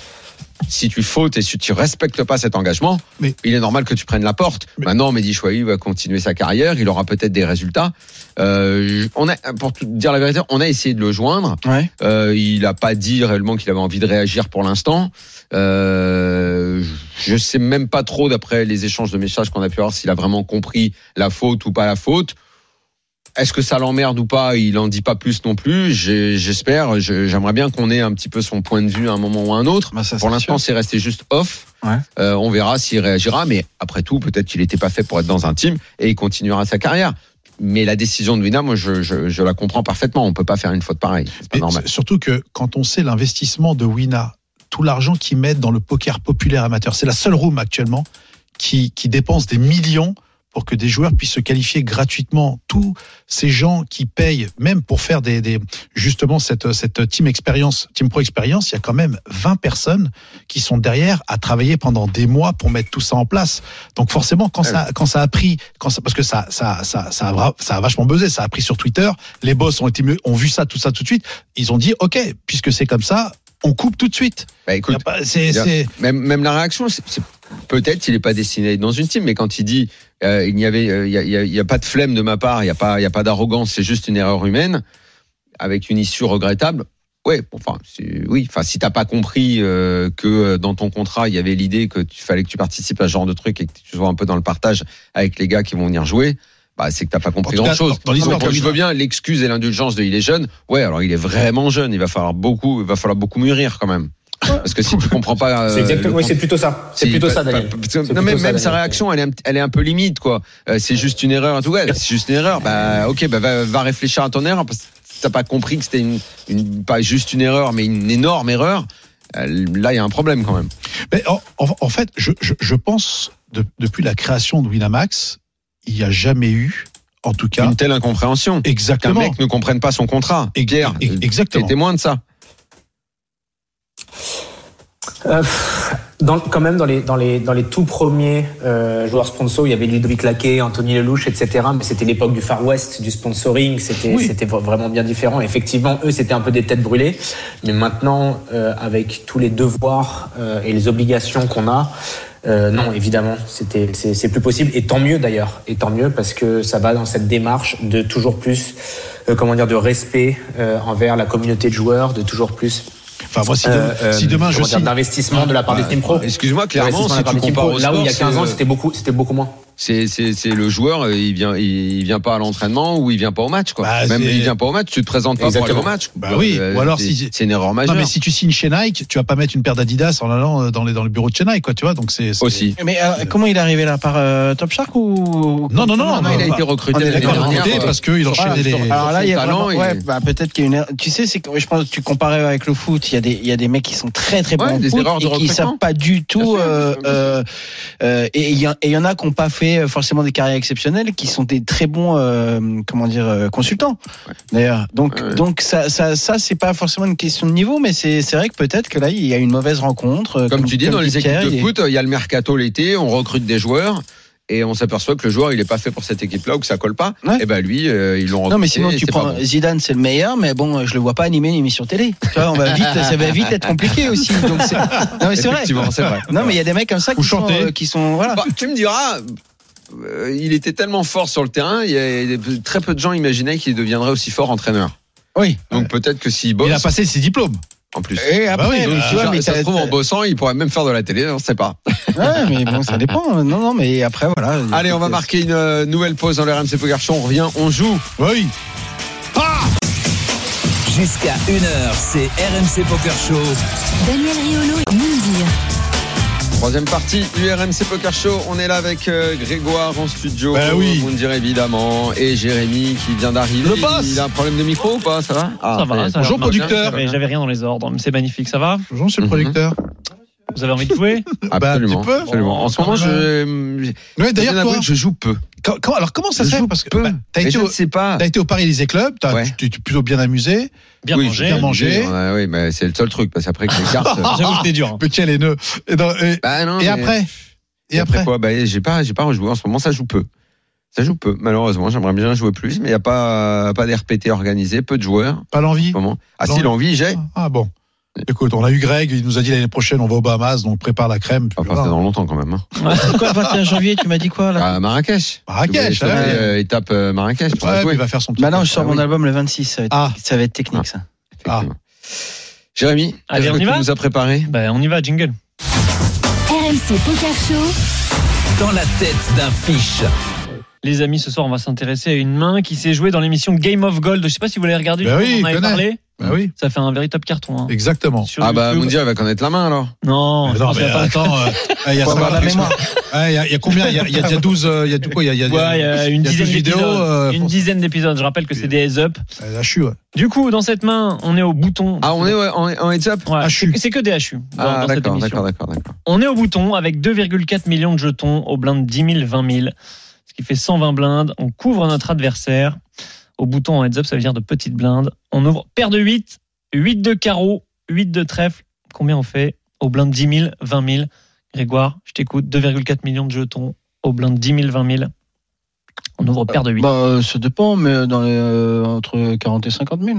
E: si tu fautes et si tu respectes pas cet engagement,
F: Mais-
E: il est normal que tu prennes la porte. Maintenant, Mehdi Chouaï va continuer sa carrière, il aura peut-être des résultats. Euh, je- on a, pour tout dire la vérité, on a essayé de le joindre.
G: Ouais.
E: Euh, il n'a pas dit réellement qu'il avait envie de réagir pour l'instant. Euh, je ne sais même pas trop, d'après les échanges de messages qu'on a pu avoir, s'il a vraiment compris la faute ou pas la faute. Est-ce que ça l'emmerde ou pas Il en dit pas plus non plus. J'ai- J'espère. je- J'aimerais bien qu'on ait un petit peu son point de vue à un moment ou à un autre.
G: Bah, ça,
E: Pour
G: c'est
E: l'instant, c'est resté juste off.
G: Ouais.
E: Euh, on verra s'il réagira, mais après tout, peut-être qu'il n'était pas fait pour être dans un team et il continuera sa carrière. Mais la décision de Wina, moi, je, je- je la comprends parfaitement. On peut pas faire une faute pareille. C'est pas
F: Et
E: normal.
F: s- Surtout que quand on sait l'investissement de Wina, tout l'argent qu'ils mettent dans le poker populaire amateur, c'est la seule room actuellement qui, qui dépense des millions pour que des joueurs puissent se qualifier gratuitement. Tous ces gens qui payent, même pour faire des, des- justement cette, cette team expérience, team pro expérience, il y a quand même 20 personnes qui sont derrière à travailler pendant des mois pour mettre tout ça en place. Donc forcément,
E: Ah
F: quand ça, quand ça a pris, quand ça, parce que ça, ça, ça, ça, a, vra- ça a vachement buzzé, ça a pris sur Twitter. Les boss ont été mieux, ont vu ça, tout ça tout de suite. Ils ont dit, ok, puisque c'est comme ça. on coupe tout de suite.
E: Bah, écoute,
F: Y a pas- c'est-
E: Il y a-
F: c'est-
E: Même, même la réaction, c'est- c'est- peut-être il n'est pas destiné à être dans une team, mais quand il dit euh, il n'y avait, euh, il y a, il y a- il y a pas de flemme de ma part, il n'y a pas, il y a pas d'arrogance, c'est juste une erreur humaine avec une issue regrettable. Ouais, bon, enfin, c'est- oui, enfin, si t'as pas compris euh, que euh, dans ton contrat il y avait l'idée que tu fallait que tu participes à ce genre de truc et que tu sois un peu dans le partage avec les gars qui vont venir jouer. Bah, c'est que t'as pas compris
F: En tout cas,
E: grand chose.
F: dans l'histoire,
E: je veux bien l'excuse et l'indulgence de il est jeune. Ouais, alors il est vraiment jeune. Il va falloir beaucoup, il va falloir beaucoup mûrir quand même. Parce que si tu comprends pas,
J: C'est
E: euh,
J: exactement,
E: le
J: oui, c'est plutôt ça. C'est
E: si,
J: plutôt
E: pas-
J: ça, Daniel.
E: pas- parce que-
J: C'est
E: non,
J: plutôt
E: mais
J: ça,
E: même
J: Daniel.
E: sa réaction, elle est, un, elle est un peu limite, quoi. Euh, c'est juste une erreur, en tout cas. C'est juste une erreur. Bah, ok, bah, va, va réfléchir à ton erreur parce que t'as pas compris que c'était une, une- pas juste une erreur, mais une énorme erreur. Euh, Là, il y a un problème quand même.
F: Mais en, en- en fait, je, je- je pense de- depuis la création de Winamax, il n'y a jamais eu, en tout cas,
E: Une telle incompréhension. Qu'un
F: exactement.
E: mec ne comprenne pas son contrat.
F: Ex-
E: Pierre,
F: ex-
E: t'es
F: exactement.
E: témoin de ça.
J: Euh, pff, dans, quand même, dans les, dans les, dans les tout premiers euh, joueurs sponsors, il y avait Ludovic Laquet, Anthony Lelouch, etc. Mais c'était l'époque du Far West, du sponsoring. C'était
F: Oui.
J: c'était v- vraiment bien différent. Effectivement, eux, c'était un peu des têtes brûlées. Mais maintenant, euh, avec tous les devoirs euh, et les obligations qu'on a, euh, non, évidemment, c'était- c'est c'est plus possible. Et tant mieux d'ailleurs. Et tant mieux parce que ça va dans cette démarche de toujours plus, euh, comment dire, de respect euh, envers la communauté de joueurs, de toujours plus
F: Enfin, moi, si, demain-
J: euh,
F: si demain
J: comment
F: je
J: dire,
F: signe,
J: d'investissement de la part
E: Bah,
J: des team pro.
E: excuse-moi, clairement,
J: D'investissement
E: si
J: de la part
E: tu
J: des team
E: compares
J: pro.
E: au
J: là où il y a
E: sport,
J: 15 ans
K: euh,
E: c'est-
J: c'était beaucoup, c'était beaucoup moins.
E: C'est, c'est, c'est le joueur, euh, il vient, il, il vient pas à l'entraînement ou il vient pas au match, quoi.
F: Bah,
E: Même
F: c'est-
E: il vient pas au match, tu te présentes pas
J: Exactement.
E: pour aller au match. Euh,
F: Bah oui, ou alors
E: c'est,
F: si-
E: c'est une erreur
F: non,
E: majeure.
F: mais si tu signes chez Nike, tu vas pas mettre une paire d'Adidas en allant euh, dans, les, dans le bureau de chez Nike, quoi, tu vois. Donc c'est c'est-
E: Aussi.
G: Mais euh, comment il est arrivé là Par euh, Top Shark ou
F: Non, non, non,
E: Ah, il a
F: bah,
E: été recruté
G: on est
E: l'année
F: D'accord,
G: dernière,
F: recruté
E: dernière.
F: parce qu'il
E: voilà,
F: enchaînait les.
G: Alors là, il y a
E: Son
G: vraiment,
E: talent,
G: ouais,
E: il-
G: bah, peut-être qu'il y a une. erreur. Tu sais, c'est que je pense que tu comparais avec le foot. Il y a des, il y a des mecs qui sont très très bons
E: Ouais,
G: au
E: des
G: foot
E: erreurs de
G: et qui
E: recrutement.
G: savent pas du
E: Bien
G: tout.
E: sûr, bien
G: euh,
E: sûr, bien
G: euh, euh, et il y, en- et il y en a qui n'ont pas fait euh, forcément des carrières exceptionnelles, qui sont des très bons, euh, comment dire, euh, consultants. D'ailleurs, donc
E: Ouais.
G: donc ça ça, ça c'est pas forcément une question de niveau, mais c'est c'est vrai que peut-être que là il y a une mauvaise rencontre. euh,
E: Comme tu dis, dans les
G: dit
E: équipes
G: Pierre, il
E: de
G: y a-
E: foot, il y a le mercato l'été, on recrute des joueurs. Et on s'aperçoit que le joueur, il est pas fait pour cette équipe-là ou que ça colle pas.
G: Ouais.
E: Et ben lui, euh, ils l'ont recruté.
G: Non, mais sinon,
E: et
G: tu
E: c'est pas
G: prends
E: bon.
G: Zidane, c'est le meilleur, mais bon, je le vois pas animer une émission télé. Tu vois, on va vite, ça va vite être compliqué aussi. Donc c'est- non, mais c'est vrai.
E: Effectivement, c'est vrai.
G: Non, mais il y a des mecs comme ça qui
F: Ou
G: sont,
F: chanter.
G: euh, qui sont, voilà.
E: Bah, tu me diras, euh, il était tellement fort sur le terrain, il y a, très peu de gens imaginaient qu'il deviendrait aussi fort entraîneur.
G: Oui.
E: Donc peut-être que s'il bosse,
F: Il a passé ses diplômes.
E: en plus.
G: Et
F: Bah oui,
G: après,
F: donc,
G: bah,
E: Si
G: tu vois,
E: ça-
G: mais
E: ça se
G: t'as-
E: trouve en bossant, il pourrait même faire de la télé, on sait pas.
G: Ouais, mais bon, ça dépend. Non, non, mais après, voilà.
E: Allez, on va marquer une euh, nouvelle pause dans le RMC Poker Show. On revient, on joue.
F: Oui.
D: Jusqu'à 1h, c'est RMC Poker Show.
C: Daniel Riolo et Moundir.
E: Troisième partie du RMC Poker Show. On est là avec euh, Grégoire en studio.
F: Bah oui.
E: On dirait évidemment. Et Jérémy qui vient d'arriver.
F: Le boss.
E: Il a un problème de micro ou pas Ça va Ah,
K: Ça va, ça va.
F: Bonjour, producteur.
K: Mais J'avais rien dans les ordres, mais c'est magnifique, ça va
F: Bonjour, monsieur le
E: Mhm.
F: producteur.
K: Vous avez envie de jouer
F: Bah,
E: Absolument.
F: tu peux.
E: absolument. En ce moment, je.
F: Ouais,
E: je viens
F: d'ailleurs, toi,
E: d'avouer que je joue peu.
F: quand- quand- alors comment ça
E: je
F: se fait
E: joue
F: Parce que
E: peu.
F: bah, t'as
E: Mais
F: été
E: je
F: au-
E: ne sais pas.
F: T'as été au Paris Élysée Club, t'as-
E: Ouais.
F: tu tu t'es plutôt bien amusé.
K: Bien
E: Oui,
K: mangé.
F: bien mangé.
E: Ouais,
F: Ah,
E: oui, mais c'est le seul truc parce qu'après que les cartes.
K: J'avoue que c'était dur. hein.
F: Petit les nœuds. Et, dans- et-
E: Bah non,
F: et
E: mais-
F: après Et après
E: quoi Bah, j'ai pas, j'ai pas rejoué. En ce moment, ça joue peu. Ça joue peu. Malheureusement, j'aimerais bien jouer plus, mais il n'y a pas, pas d'RPT organisé, peu de joueurs.
F: Pas
E: En
F: l'envie
E: ce moment. Ah
F: Non.
E: si, l'envie, j'ai.
F: Ah bon. Écoute, on a eu Greg, il nous a dit l'année prochaine on va aux Bahamas, donc prépare la crème. puis
E: Enfin,
F: voilà.
E: c'est dans longtemps quand même. hein.
G: C'est quoi le 21 janvier Tu m'as dit quoi, là
E: À Euh, Marrakech.
F: Marrakech,
E: Je voulais
F: ouais.
E: sauter, euh, étape euh, Marrakech. je pourrais
F: Ouais, mais
E: jouer.
F: il va faire son petit.
G: Bah non, je sors
E: Ah
G: mon
E: oui.
G: album le 26. Ça va être,
F: Ah.
G: ça va être technique, ça.
F: Ah.
E: Effectivement. Jérémy,
K: Allez,
E: qu'est-ce
K: on
E: que
K: y
E: tu
K: va
E: nous as préparé
K: Ben, on y va, jingle.
C: RMC Poker Show.
D: Dans la tête d'un fiche.
K: Les amis, ce soir, on va s'intéresser à une main qui s'est jouée dans l'émission Game of Gold. Je sais pas si vous l'avez regardé,
F: Ben
K: je
F: oui,
K: on en avait
F: connais.
K: parlé.
F: Bah oui,
K: Ça fait un véritable carton. hein.
F: exactement.
K: Sur hein.
E: Ah bah,
K: YouTube.
E: Moundir, il va connaître la main alors.
K: Non,
F: Mais
K: je
F: non,
K: pense
F: mais
K: qu'il y a pas-
F: attends, euh, il y a
G: Faut avoir
F: cinq-
G: la mémoire.
F: Ouais, Il y, a- il y a combien Il y a, il y a- il y a 12 euh, Il y a du quoi Il y a, il y a-
K: Ouais, il y
E: Ah.
K: a une
F: il y a
K: dizaine
F: 12 vidéos.
K: d'épisodes.
F: euh,
K: Une
F: pour-
K: dizaine d'épisodes. Je rappelle que c'est des heads-up.
F: euh, la chute, ouais.
K: Du coup, dans cette main, on est au bouton.
E: Ah, on est ouais, en, en heads up
K: Ouais,
F: HU.
K: C'est que des HU dans,
E: Ah,
K: dans cette
E: d'accord,
K: émission.
E: d'accord, d'accord, d'accord.
K: On est au bouton avec 2,4 millions de jetons au blind 10 000, 20 000, ce qui fait 120 blindes. On couvre notre adversaire. Au bouton en heads up, ça veut dire de petites blindes. On ouvre paire de 8, 8 de carreau, 8 de trèfle. Combien on fait Au blind 10 000, 20 000. Grégoire, je t'écoute. 2,4 millions de jetons au blind 10 000, 20 000. On ouvre paire de 8.
G: Bah, euh, ça dépend, mais dans les, euh, entre 40 et 50 000.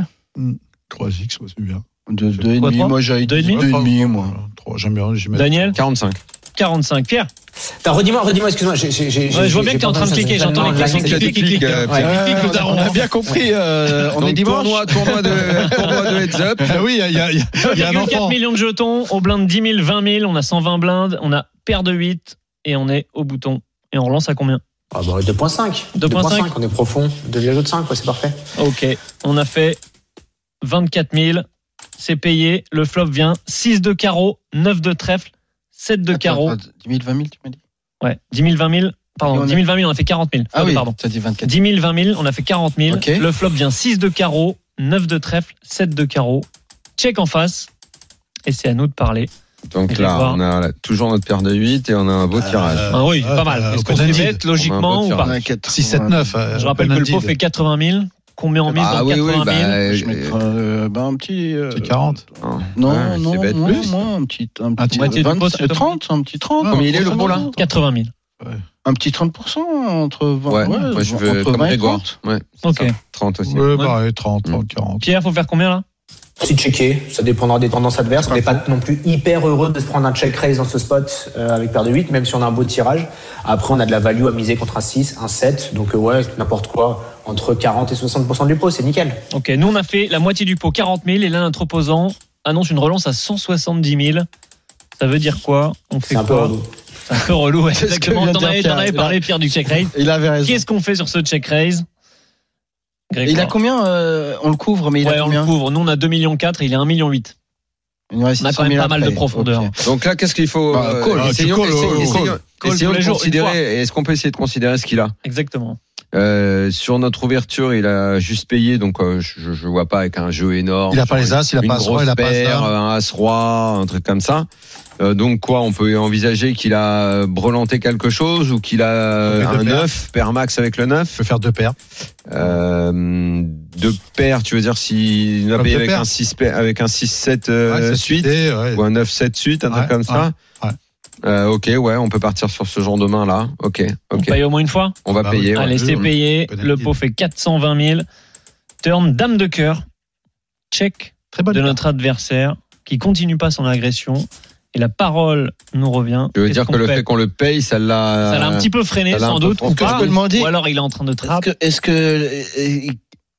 F: 3X, ouais, c'est bien.
G: De deux et
K: Quoi,
G: demi,
K: trois
G: moi j'avais
K: Deux et
G: dit
K: demi
G: deux et demi, moi.
F: Trois, j'aime bien, j'y mets-
K: Daniel
E: 45.
K: 45. Pierre
J: Attends, Bah, redis-moi, redis-moi, excuse-moi. j'ai- j'ai- j'ai-
K: Ouais,
J: j'ai-
K: Je vois bien
J: j'ai
K: que tu es en
J: pas
K: train de
J: entendu
K: cliquer,
J: ça,
K: j'entends les
J: la-
K: clics.
E: la-
K: clics, clics,
E: clics,
K: clics.
E: euh,
J: Ouais.
F: Ouais,
G: on, a, on a bien compris, euh, on
E: Donc,
G: est dimanche.
E: Tournoi, tournoi de, tournoi de heads up.
F: Ah oui, il y a- il y, a- il y a- il y a un
K: 4
F: enfant.
K: millions de jetons, au blind 10 000, 20 000, on a 120 blindes, on a paire de 8 et on est au bouton. Et on relance à combien
J: Ah bah, 2.5.
K: 2.5.
J: 2.5, on est profond. 2,5, quoi, c'est parfait.
K: Ok, on a fait 24 000, c'est payé, le flop vient 6 de carreau, 9 de trèfle, 7 de
G: Attends,
K: carreau. Ah
G: attends, 10 000, 20 000, tu m'as dit
K: Ouais, 10 000, 20 000,
G: Et on
K: pardon,
G: a-
K: 10 000, 20 000, on a fait 40 000.
G: Ah oui,
K: pardon.
G: t'as dit 24
K: 10 000, 20 000, on a fait 40 000.
G: Ok.
K: Le flop vient 6 de carreau, 9 de trèfle, 7 de carreau. Check en face. Et c'est à nous de parler.
E: Donc là, on a là, toujours notre paire de 8 et on a un beau tirage.
K: Ah oui,
F: euh,
K: pas mal.
F: euh,
K: Est-ce
F: au
K: qu'on s'y
F: penalty.
K: met logiquement
E: On a un peu de
K: ou pas
E: tirage.
F: 6, 7, 9. euh,
K: Je rappelle que le pot
F: penalty,
K: fait 80 000, qu'on met en mise
E: Ah
K: dans
E: oui, oui,
K: 80 000.
E: bah,
G: Je
E: euh,
G: mettrais euh, bah, un petit. euh,
F: C'est 40.
E: Hein.
G: Non,
E: Ouais, c'est
G: non,
E: bête.
G: moins,
E: Plus
G: moins, un petit. Un
F: Un petit-
G: petit
K: moitié du
G: 20,
K: pot, c'est
G: 30, un petit 30.
E: Combien il est, le
G: entre
E: pot, là
G: 50,
K: 80 000.
G: Un petit 30% entre 20
E: Ouais, moi je veux
G: entre
E: comme
G: 20 et
E: Grégoire.
G: 30.
E: Ouais,
K: Ok.
E: 30 aussi.
F: Ouais, pareil, 30, 30, 40.
K: Pierre, faut faire combien là
J: C'est checké, ça dépendra des tendances adverses. On n'est pas non plus hyper heureux de se prendre un check raise dans ce spot euh, avec paire de 8, même si on a un beau tirage. Après, on a de la value à miser contre un 6, un 7. Donc, euh, ouais, n'importe quoi, entre 40 et 60% du pot, c'est nickel.
K: Ok, nous on a fait la moitié du pot, 40 000. Et là, notre opposant annonce une relance à 170 000. Ça veut dire quoi On fait
J: C'est un peu
K: quoi
J: relou.
K: C'est un peu relou, ouais,
G: C'est ce que
K: exactement.
G: vient de
K: T'en
G: dire
K: avais,
G: Pierre.
K: t'en avais parlé, Pierre, du check raise.
G: Il avait raison.
K: Qu'est-ce qu'on fait sur ce check raise
G: Et il a
K: Grégoire
G: combien euh, On le couvre, mais il
K: Ouais,
G: a
K: on le
G: combien
K: couvre. Nous, on a 2,4 millions et il est 1,8 million.
G: Il nous reste
K: On a
G: 600
K: quand même
G: 000
K: pas mal de
G: après.
K: profondeur.
G: Ok.
E: Donc là, qu'est-ce qu'il faut
G: Bah,
E: euh,
G: call,
F: tu
E: essayons-
F: call,
E: essayons-
F: call,
E: essayons-
F: call.
K: Call
E: essayons
K: tous les
E: de
K: jours, une
E: considérer. Est-ce qu'on peut essayer de considérer ce qu'il a
K: Exactement.
E: Euh, Sur notre ouverture, il a juste payé, donc euh, je, je vois pas avec un jeu énorme.
F: Il a pas les as, il a
E: une
F: pas as roi,
E: grosse
F: il a pas as
E: paire, euh,
F: dame.
E: un as roi, un truc comme ça. Euh, donc quoi, on peut envisager qu'il a brelanté quelque chose ou qu'il
F: Il
E: a un
F: fait deux paires.
E: 9, paire max avec le 9.
F: Je peux faire deux paires.
E: Euh, deux paires, tu veux dire s'il a
F: Comme
E: payé
F: deux
E: avec
F: paires.
E: un 6 avec un 6 7
F: Ouais, c'est
E: Euh, suite
F: idée, ouais.
E: ou un 9 7 suite, un
F: Ouais,
E: truc comme ça.
F: ouais, ouais.
E: Euh, OK, ouais, on peut partir sur ce genre de main là. OK,
K: On
E: OK.
K: paye au moins une fois
E: On va
F: Bah oui.
E: payer. ouais.
K: Allez, c'est
F: on-
K: payé.
F: on-
K: Le pot fait 420 000. Turn, dame de cœur. Check
F: Très bonne.
K: de notre adversaire qui continue pas son agression. Et la parole nous revient.
E: Je veux
K: Qu'est-ce
E: dire
K: qu'on
E: que le
K: fait
E: fait qu'on le paye, ça l'a
K: Ça l'a un petit peu freiné,
E: ça l'a un
K: sans
E: peu
K: doute, ou
E: freiné.
K: pas.
G: Je me demandais-
K: Ou alors il est en train de
G: Est-ce
K: trapper.
G: que, est-ce que, euh,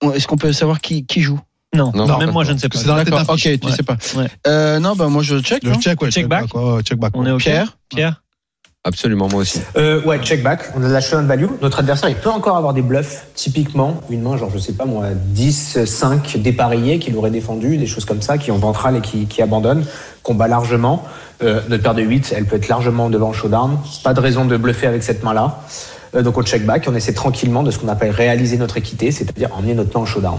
G: euh, est-ce qu'on peut savoir qui, qui joue
K: Non,
E: Non,
K: même
E: non,
K: moi
E: non.
K: je ne sais pas.
F: C'est dans la tête
G: D'accord,
F: d'un
G: ok,
F: fiche.
G: tu
K: Ouais.
G: sais pas.
K: Ouais.
G: Euh, non, bah moi je check.
F: Le
G: non
F: check, ouais,
K: Check back.
F: ouais, ouais, check back.
K: On est au
G: Pierre,
K: Pierre
E: Absolument, moi aussi.
J: Euh, ouais, check back. On a de la showdown value. Notre adversaire, il peut encore avoir des bluffs. Typiquement, une main, genre, je sais pas moi, 10, 5 dépareillés qu'il aurait défendu, des choses comme ça, qui ont ventral et qui, qui abandonnent, qu'on bat largement. Euh, notre paire de 8, elle peut être largement devant le showdown. Pas de raison de bluffer avec cette main-là. Euh, donc on check back, on essaie tranquillement de ce qu'on appelle réaliser notre équité, c'est-à-dire emmener notre main au showdown.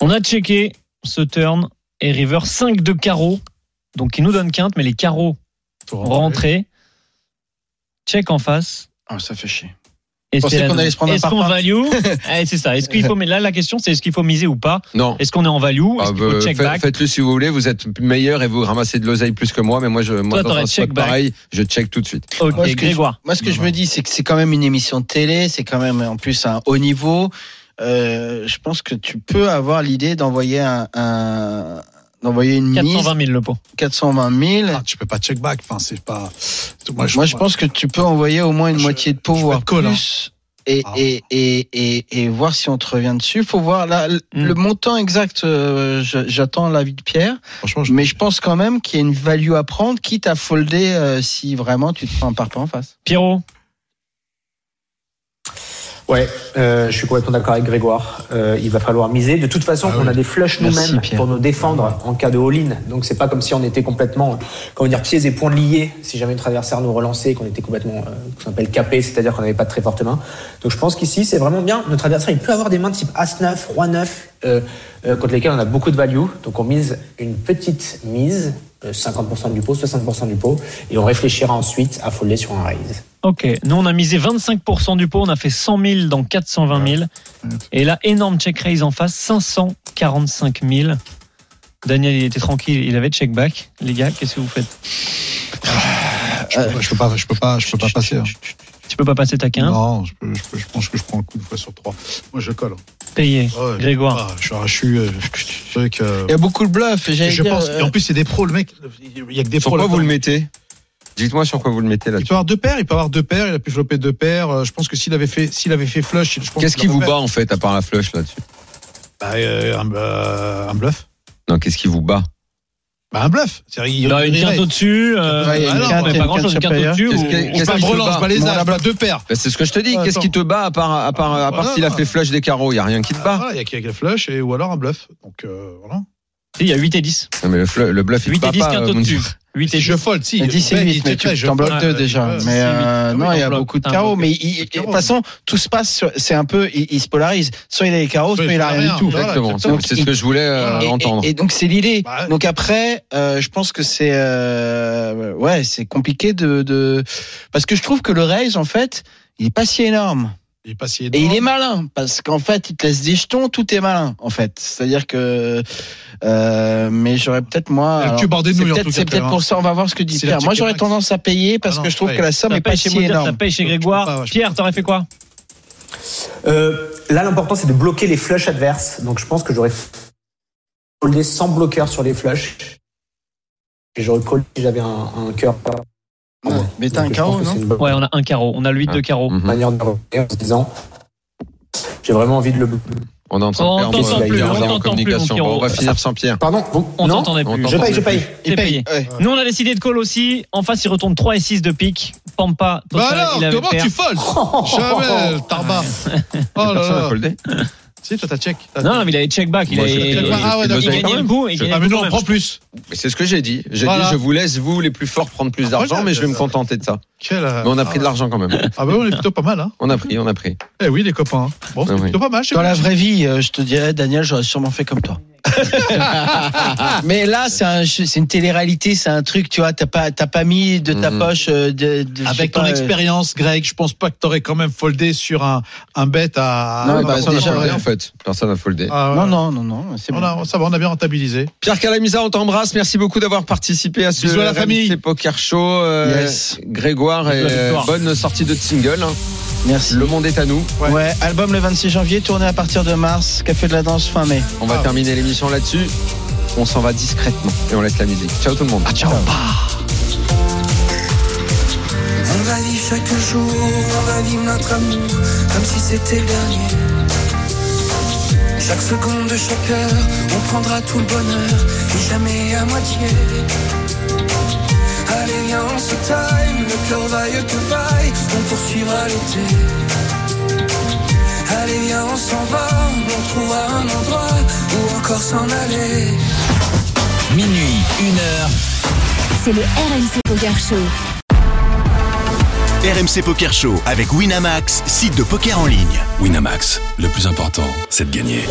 K: On a checké ce turn et River 5 de carreau. Donc il nous donne quinte, mais les carreaux vont rentrer. Check en face.
G: Ah, ça fait chier.
K: Et
G: pensais
K: c'est la
G: qu'on allait se prendre un
K: Est-ce
G: par
K: qu'on
G: par.
K: value Eh, C'est ça. Est-ce qu'il faut mais là la question c'est est-ce qu'il faut miser ou pas
E: Non.
K: Est-ce qu'on est en value Est-ce
E: Ah,
K: qu'il
E: bah,
K: faut check
E: fait-
K: back
E: Faites-le si vous voulez, vous êtes meilleur et vous ramassez de l'oseille plus que moi, mais moi, je, moi
K: Toi,
E: dans
K: t'aurais
E: un
K: check
E: spot
K: back.
E: pareil, je check tout de suite.
K: Ok,
G: Moi, ce que je-
K: Grégoire.
G: Moi, ce que
F: Non,
G: je
F: non.
G: me dis, c'est que c'est quand même une émission de télé, c'est quand même en plus un haut niveau. Euh, je pense que tu peux avoir l'idée d'envoyer un, un- d'envoyer une mise
K: 420 000 le pot.
G: 420 000.
F: Ah, tu peux pas check back. Enfin, c'est pas.
G: Moi, je, pense que tu peux envoyer au moins une
F: Je-
G: moitié de pot,
F: je vais
G: voire
F: être call, hein.
G: plus. Et,
F: Ah.
G: et, et, et, et voir si on te revient dessus. Faut voir là, le-
K: Mm.
G: le montant exact. euh, je- J'attends l'avis de Pierre.
F: Franchement, je.
G: Mais je pense quand même qu'il y a une value à prendre, quitte à folder euh, si vraiment tu te prends un parpaing en face.
K: Pierrot,
J: Ouais, euh, je suis complètement d'accord avec Grégoire. Euh, il va falloir miser. De toute façon,
F: Ah
J: on
F: oui.
J: a des flushs
G: Merci,
J: nous-mêmes
G: Pierre.
J: pour nous défendre en cas de all-in. Donc c'est pas comme si on était complètement, comment dire, pieds et poings liés. Si jamais notre adversaire nous relançait, et qu'on était complètement, euh, qu'on appelle capé, c'est-à-dire qu'on n'avait pas de très forte main. Donc je pense qu'ici c'est vraiment bien. Notre adversaire, il peut avoir des mains de type as 9, roi 9, euh, euh, contre lesquelles on a beaucoup de value. Donc on mise une petite mise, euh, 50% du pot, 60% du pot, et on réfléchira ensuite à folder sur un raise.
K: ok. Nous on a misé 25% du pot, on a fait 100 000 dans 420 000. Et là, énorme check raise en face, 545 000. Daniel, il était tranquille, il avait check back. Les gars, qu'est-ce que vous faites
F: Je peux pas- je peux pas. Je peux pas. Je peux pas passer. hein.
K: Tu peux pas passer ta 15
F: Non, je, peux- je peux- je pense que je prends le coup une fois sur trois. Moi, je colle. hein.
K: Payé.
F: Ouais,
K: Grégoire.
F: ah, je suis- je suis. euh, je sais que-
G: Il y a beaucoup de bluff.
F: Et
G: j'allais
F: je
G: dire,
F: pense.
G: euh,
F: et en plus, c'est des pros, le mec. Il y a que des
E: Sur
F: pros.
E: quoi
F: là-dedans.
E: vous le mettez Dites-moi sur quoi vous le mettez là.
F: Il peut avoir deux paires, il peut avoir deux paires, il a pu flopper deux paires. Euh, Je pense que s'il avait fait, s'il avait fait flush, je pense
E: Qu'est-ce
F: qu'il
E: qui vous
F: aurait
E: bat en fait à part la flush là-dessus
F: fait. Bah, euh, un, euh, un bluff.
E: Non, qu'est-ce qui vous bat
F: Bah, un bluff. C'est-à-dire, il-
K: Non,
F: il
K: une
F: rirait.
K: carte au-dessus. euh,
G: Ouais, il y a
F: une
K: alors,
F: carte,
K: mais
F: il y a
K: pas
F: une
K: grand-chose, une
G: carte
K: carte
G: supérieure.
K: au-dessus.
E: Qu'est-ce
K: ou-
E: que-
K: ou
E: qu'est-ce
K: pas
F: Pas
E: que
F: de
E: je
F: relance,
E: bats
F: pas les
G: Moi,
F: as,
G: là-bas-
F: pas deux paires.
E: Bah, C'est ce que je te dis.
F: Ouais,
E: Qu'est-ce qui te bat à part à part, à part
F: Voilà.
E: s'il a fait flush des carreaux Il y a rien qui te
F: Ah,
E: bat.
F: voilà, Il y a quelqu'un flush et, ou alors un bluff. Donc, euh, voilà.
K: Il y a 8 et 10.
E: Non mais le, fl- le bluff il te
K: 8 et
E: bat
K: 10
E: pas.
K: cartes
E: euh, mon
K: au-dessus.
E: Dieu.
K: 8 et
F: Si je
K: 10.
F: fold, si.
G: Mais 10 et
F: Ben,
G: 8,
F: il
G: mais
F: checkerait,
G: tu
F: je
G: t'en
F: fold.
G: bloques deux
K: ouais,
G: déjà.
F: ouais,
G: mais
K: c'est
G: euh,
K: vite.
G: non,
K: Oui,
G: il y
K: t'en
G: a
K: bloques,
G: beaucoup de
K: t'en
G: carreaux.
K: bloques.
G: Mais il- il- de
F: carreaux.
G: toute façon, tout se passe, sur- c'est un peu, il, il se polarise. Soit il a les carreaux, soit, il a rien du tout.
F: Voilà,
E: Exactement.
F: exactement.
E: C'est ce que je voulais euh,
G: Et- et-
E: entendre.
G: Et, donc c'est l'idée.
F: Bah ouais.
G: Donc après, euh, je pense que c'est euh, ouais, c'est compliqué de, de parce que je trouve que le raise en fait, il est pas si énorme
F: Il est pas si
G: et il
F: énorme.
G: est malin parce qu'en fait, il te laisse des jetons, tout est malin en fait. C'est-à-dire que euh, mais j'aurais peut-être
F: Il y a
G: moi.
F: le
G: alors,
F: cul bordé de
G: C'est
F: nouilles, en
G: peut-être
F: tout cas,
G: c'est peut-être
F: Pierre, hein.
G: pour ça, on va voir ce que dit
F: C'est la
G: Pierre. Moi,
F: check
G: j'aurais
F: max.
G: tendance à payer parce
F: Ah non,
G: que je trouve
F: ouais.
G: que la somme
K: Ça
G: est pas
K: paye chez
G: si
K: Mounir, ça
G: énorme.
K: paye chez
F: Je peux pas,
K: Grégoire.
F: ouais, je
K: Pierre, t'aurais fait quoi
J: Euh, là, l'important, c'est de bloquer les flushs adverses. Donc, je pense que j'aurais foldé sans bloqueur sur les flushs. Et j'aurais call si j'avais un, un cœur.
G: Ouais, mais t'as
J: Donc,
G: un
J: je pense
G: carreau,
J: que
G: non
J: c'est une bonne
K: Ouais, on a un carreau. On a le 8 de carreau.
E: Mhm.
J: manière de revenir en se disant j'ai vraiment envie de le bloquer.
E: On est en train
K: On
E: de
K: t'entend
E: perdre
J: plus,
E: Pierre
J: on
E: Jean en
K: t'entend plus, mon
E: communication.
K: Pierrot.
E: Bon, on va finir sans Pierre.
J: Pardon vous-
K: On
J: Non
K: t'entendait
E: On
K: plus.
J: Je
E: t'entend
J: paye, je
E: plus.
J: paye.
K: T'es payé.
G: Ouais.
K: Nous, on a décidé de call aussi. En face, il retourne 3 et 6 de pique. Pampa,
F: Bah
K: total,
F: alors,
K: il avait
F: comment
K: paire.
F: tu folds Jamais, Tarba. Oh
E: Personne n'a
F: là là.
E: foldé.
F: Si, toi, t'as check. T'as-
K: Non, non, mais il avait check back. Il
E: Moi,
K: avait-
E: je-
K: il
E: je-
K: gagnait
F: Ah ouais,
E: je-
F: d'accord.
E: je-
K: le coup. il gagnait
F: Ah,
K: le
F: mais
K: coup
F: nous,
K: quand
F: on
K: même.
F: prend plus.
E: Mais C'est ce que j'ai dit. J'ai
F: Voilà.
E: dit, je vous laisse, vous, les plus forts, prendre plus
F: Ah, moi,
E: d'argent, mais je vais
F: j'ai-
E: me contenter de ça.
F: Quel, euh,
E: Mais on a pris de l'argent quand même.
F: Ah bah on est plutôt pas mal, hein.
E: On a pris, on a pris.
F: Eh oui, les copains. Bon, c'est
E: Ah oui.
F: plutôt pas mal. chez
G: Dans la
F: vous.
G: vraie vie, euh, je te dirais, Daniel, j'aurais sûrement fait comme toi. Mais là, c'est un, c'est une télé-réalité, c'est un truc, tu vois, t'as pas, t'as pas mis de ta
E: Mhm.
G: poche euh, de, de- je sais
F: Avec ton
G: pas, euh,
F: expérience, Greg, je pense pas que t'aurais quand même foldé sur un, un bet à.
G: Non, mais
F: à-
G: bah,
E: Personne n'a
G: déjà,
E: foldé
G: ouais.
E: en fait. Personne n'a foldé.
F: Ah, ouais.
G: Non, non, non, non, c'est
F: On
G: bon.
F: a, ça va, on a bien rentabilisé.
E: Pierre Calamisa, on t'embrasse. Merci beaucoup d'avoir participé à ce
F: Bisous à la
E: RMC
F: famille.
E: Poker Show. Euh,
G: Yes.
E: Grégoire, et,
K: Bonne
E: euh,
K: victoire.
E: bonne sortie de single. hein.
G: Merci.
E: Le monde est à nous.
G: Ouais. album le 26 janvier, tourné à partir de mars, Café de la Danse fin mai.
E: On va
F: Ah.
E: terminer l'émission là-dessus. On s'en va discrètement et on laisse la musique. Ciao tout le
F: Ah,
E: monde.
I: On va vivre chaque jour, on va vivre notre amour comme si c'était le dernier. Chaque seconde de chaque heure, on prendra tout le bonheur et jamais à moitié. Allez, viens, on se time, le cœur vaille que vaille, on poursuivra l'été. Allez, viens, on s'en va, on trouvera un endroit où encore s'en aller.
D: Minuit, 1h,
C: C'est le RMC Poker Show.
A: RMC Poker Show avec Winamax, site de poker en ligne.
B: Winamax, le plus important, c'est de gagner.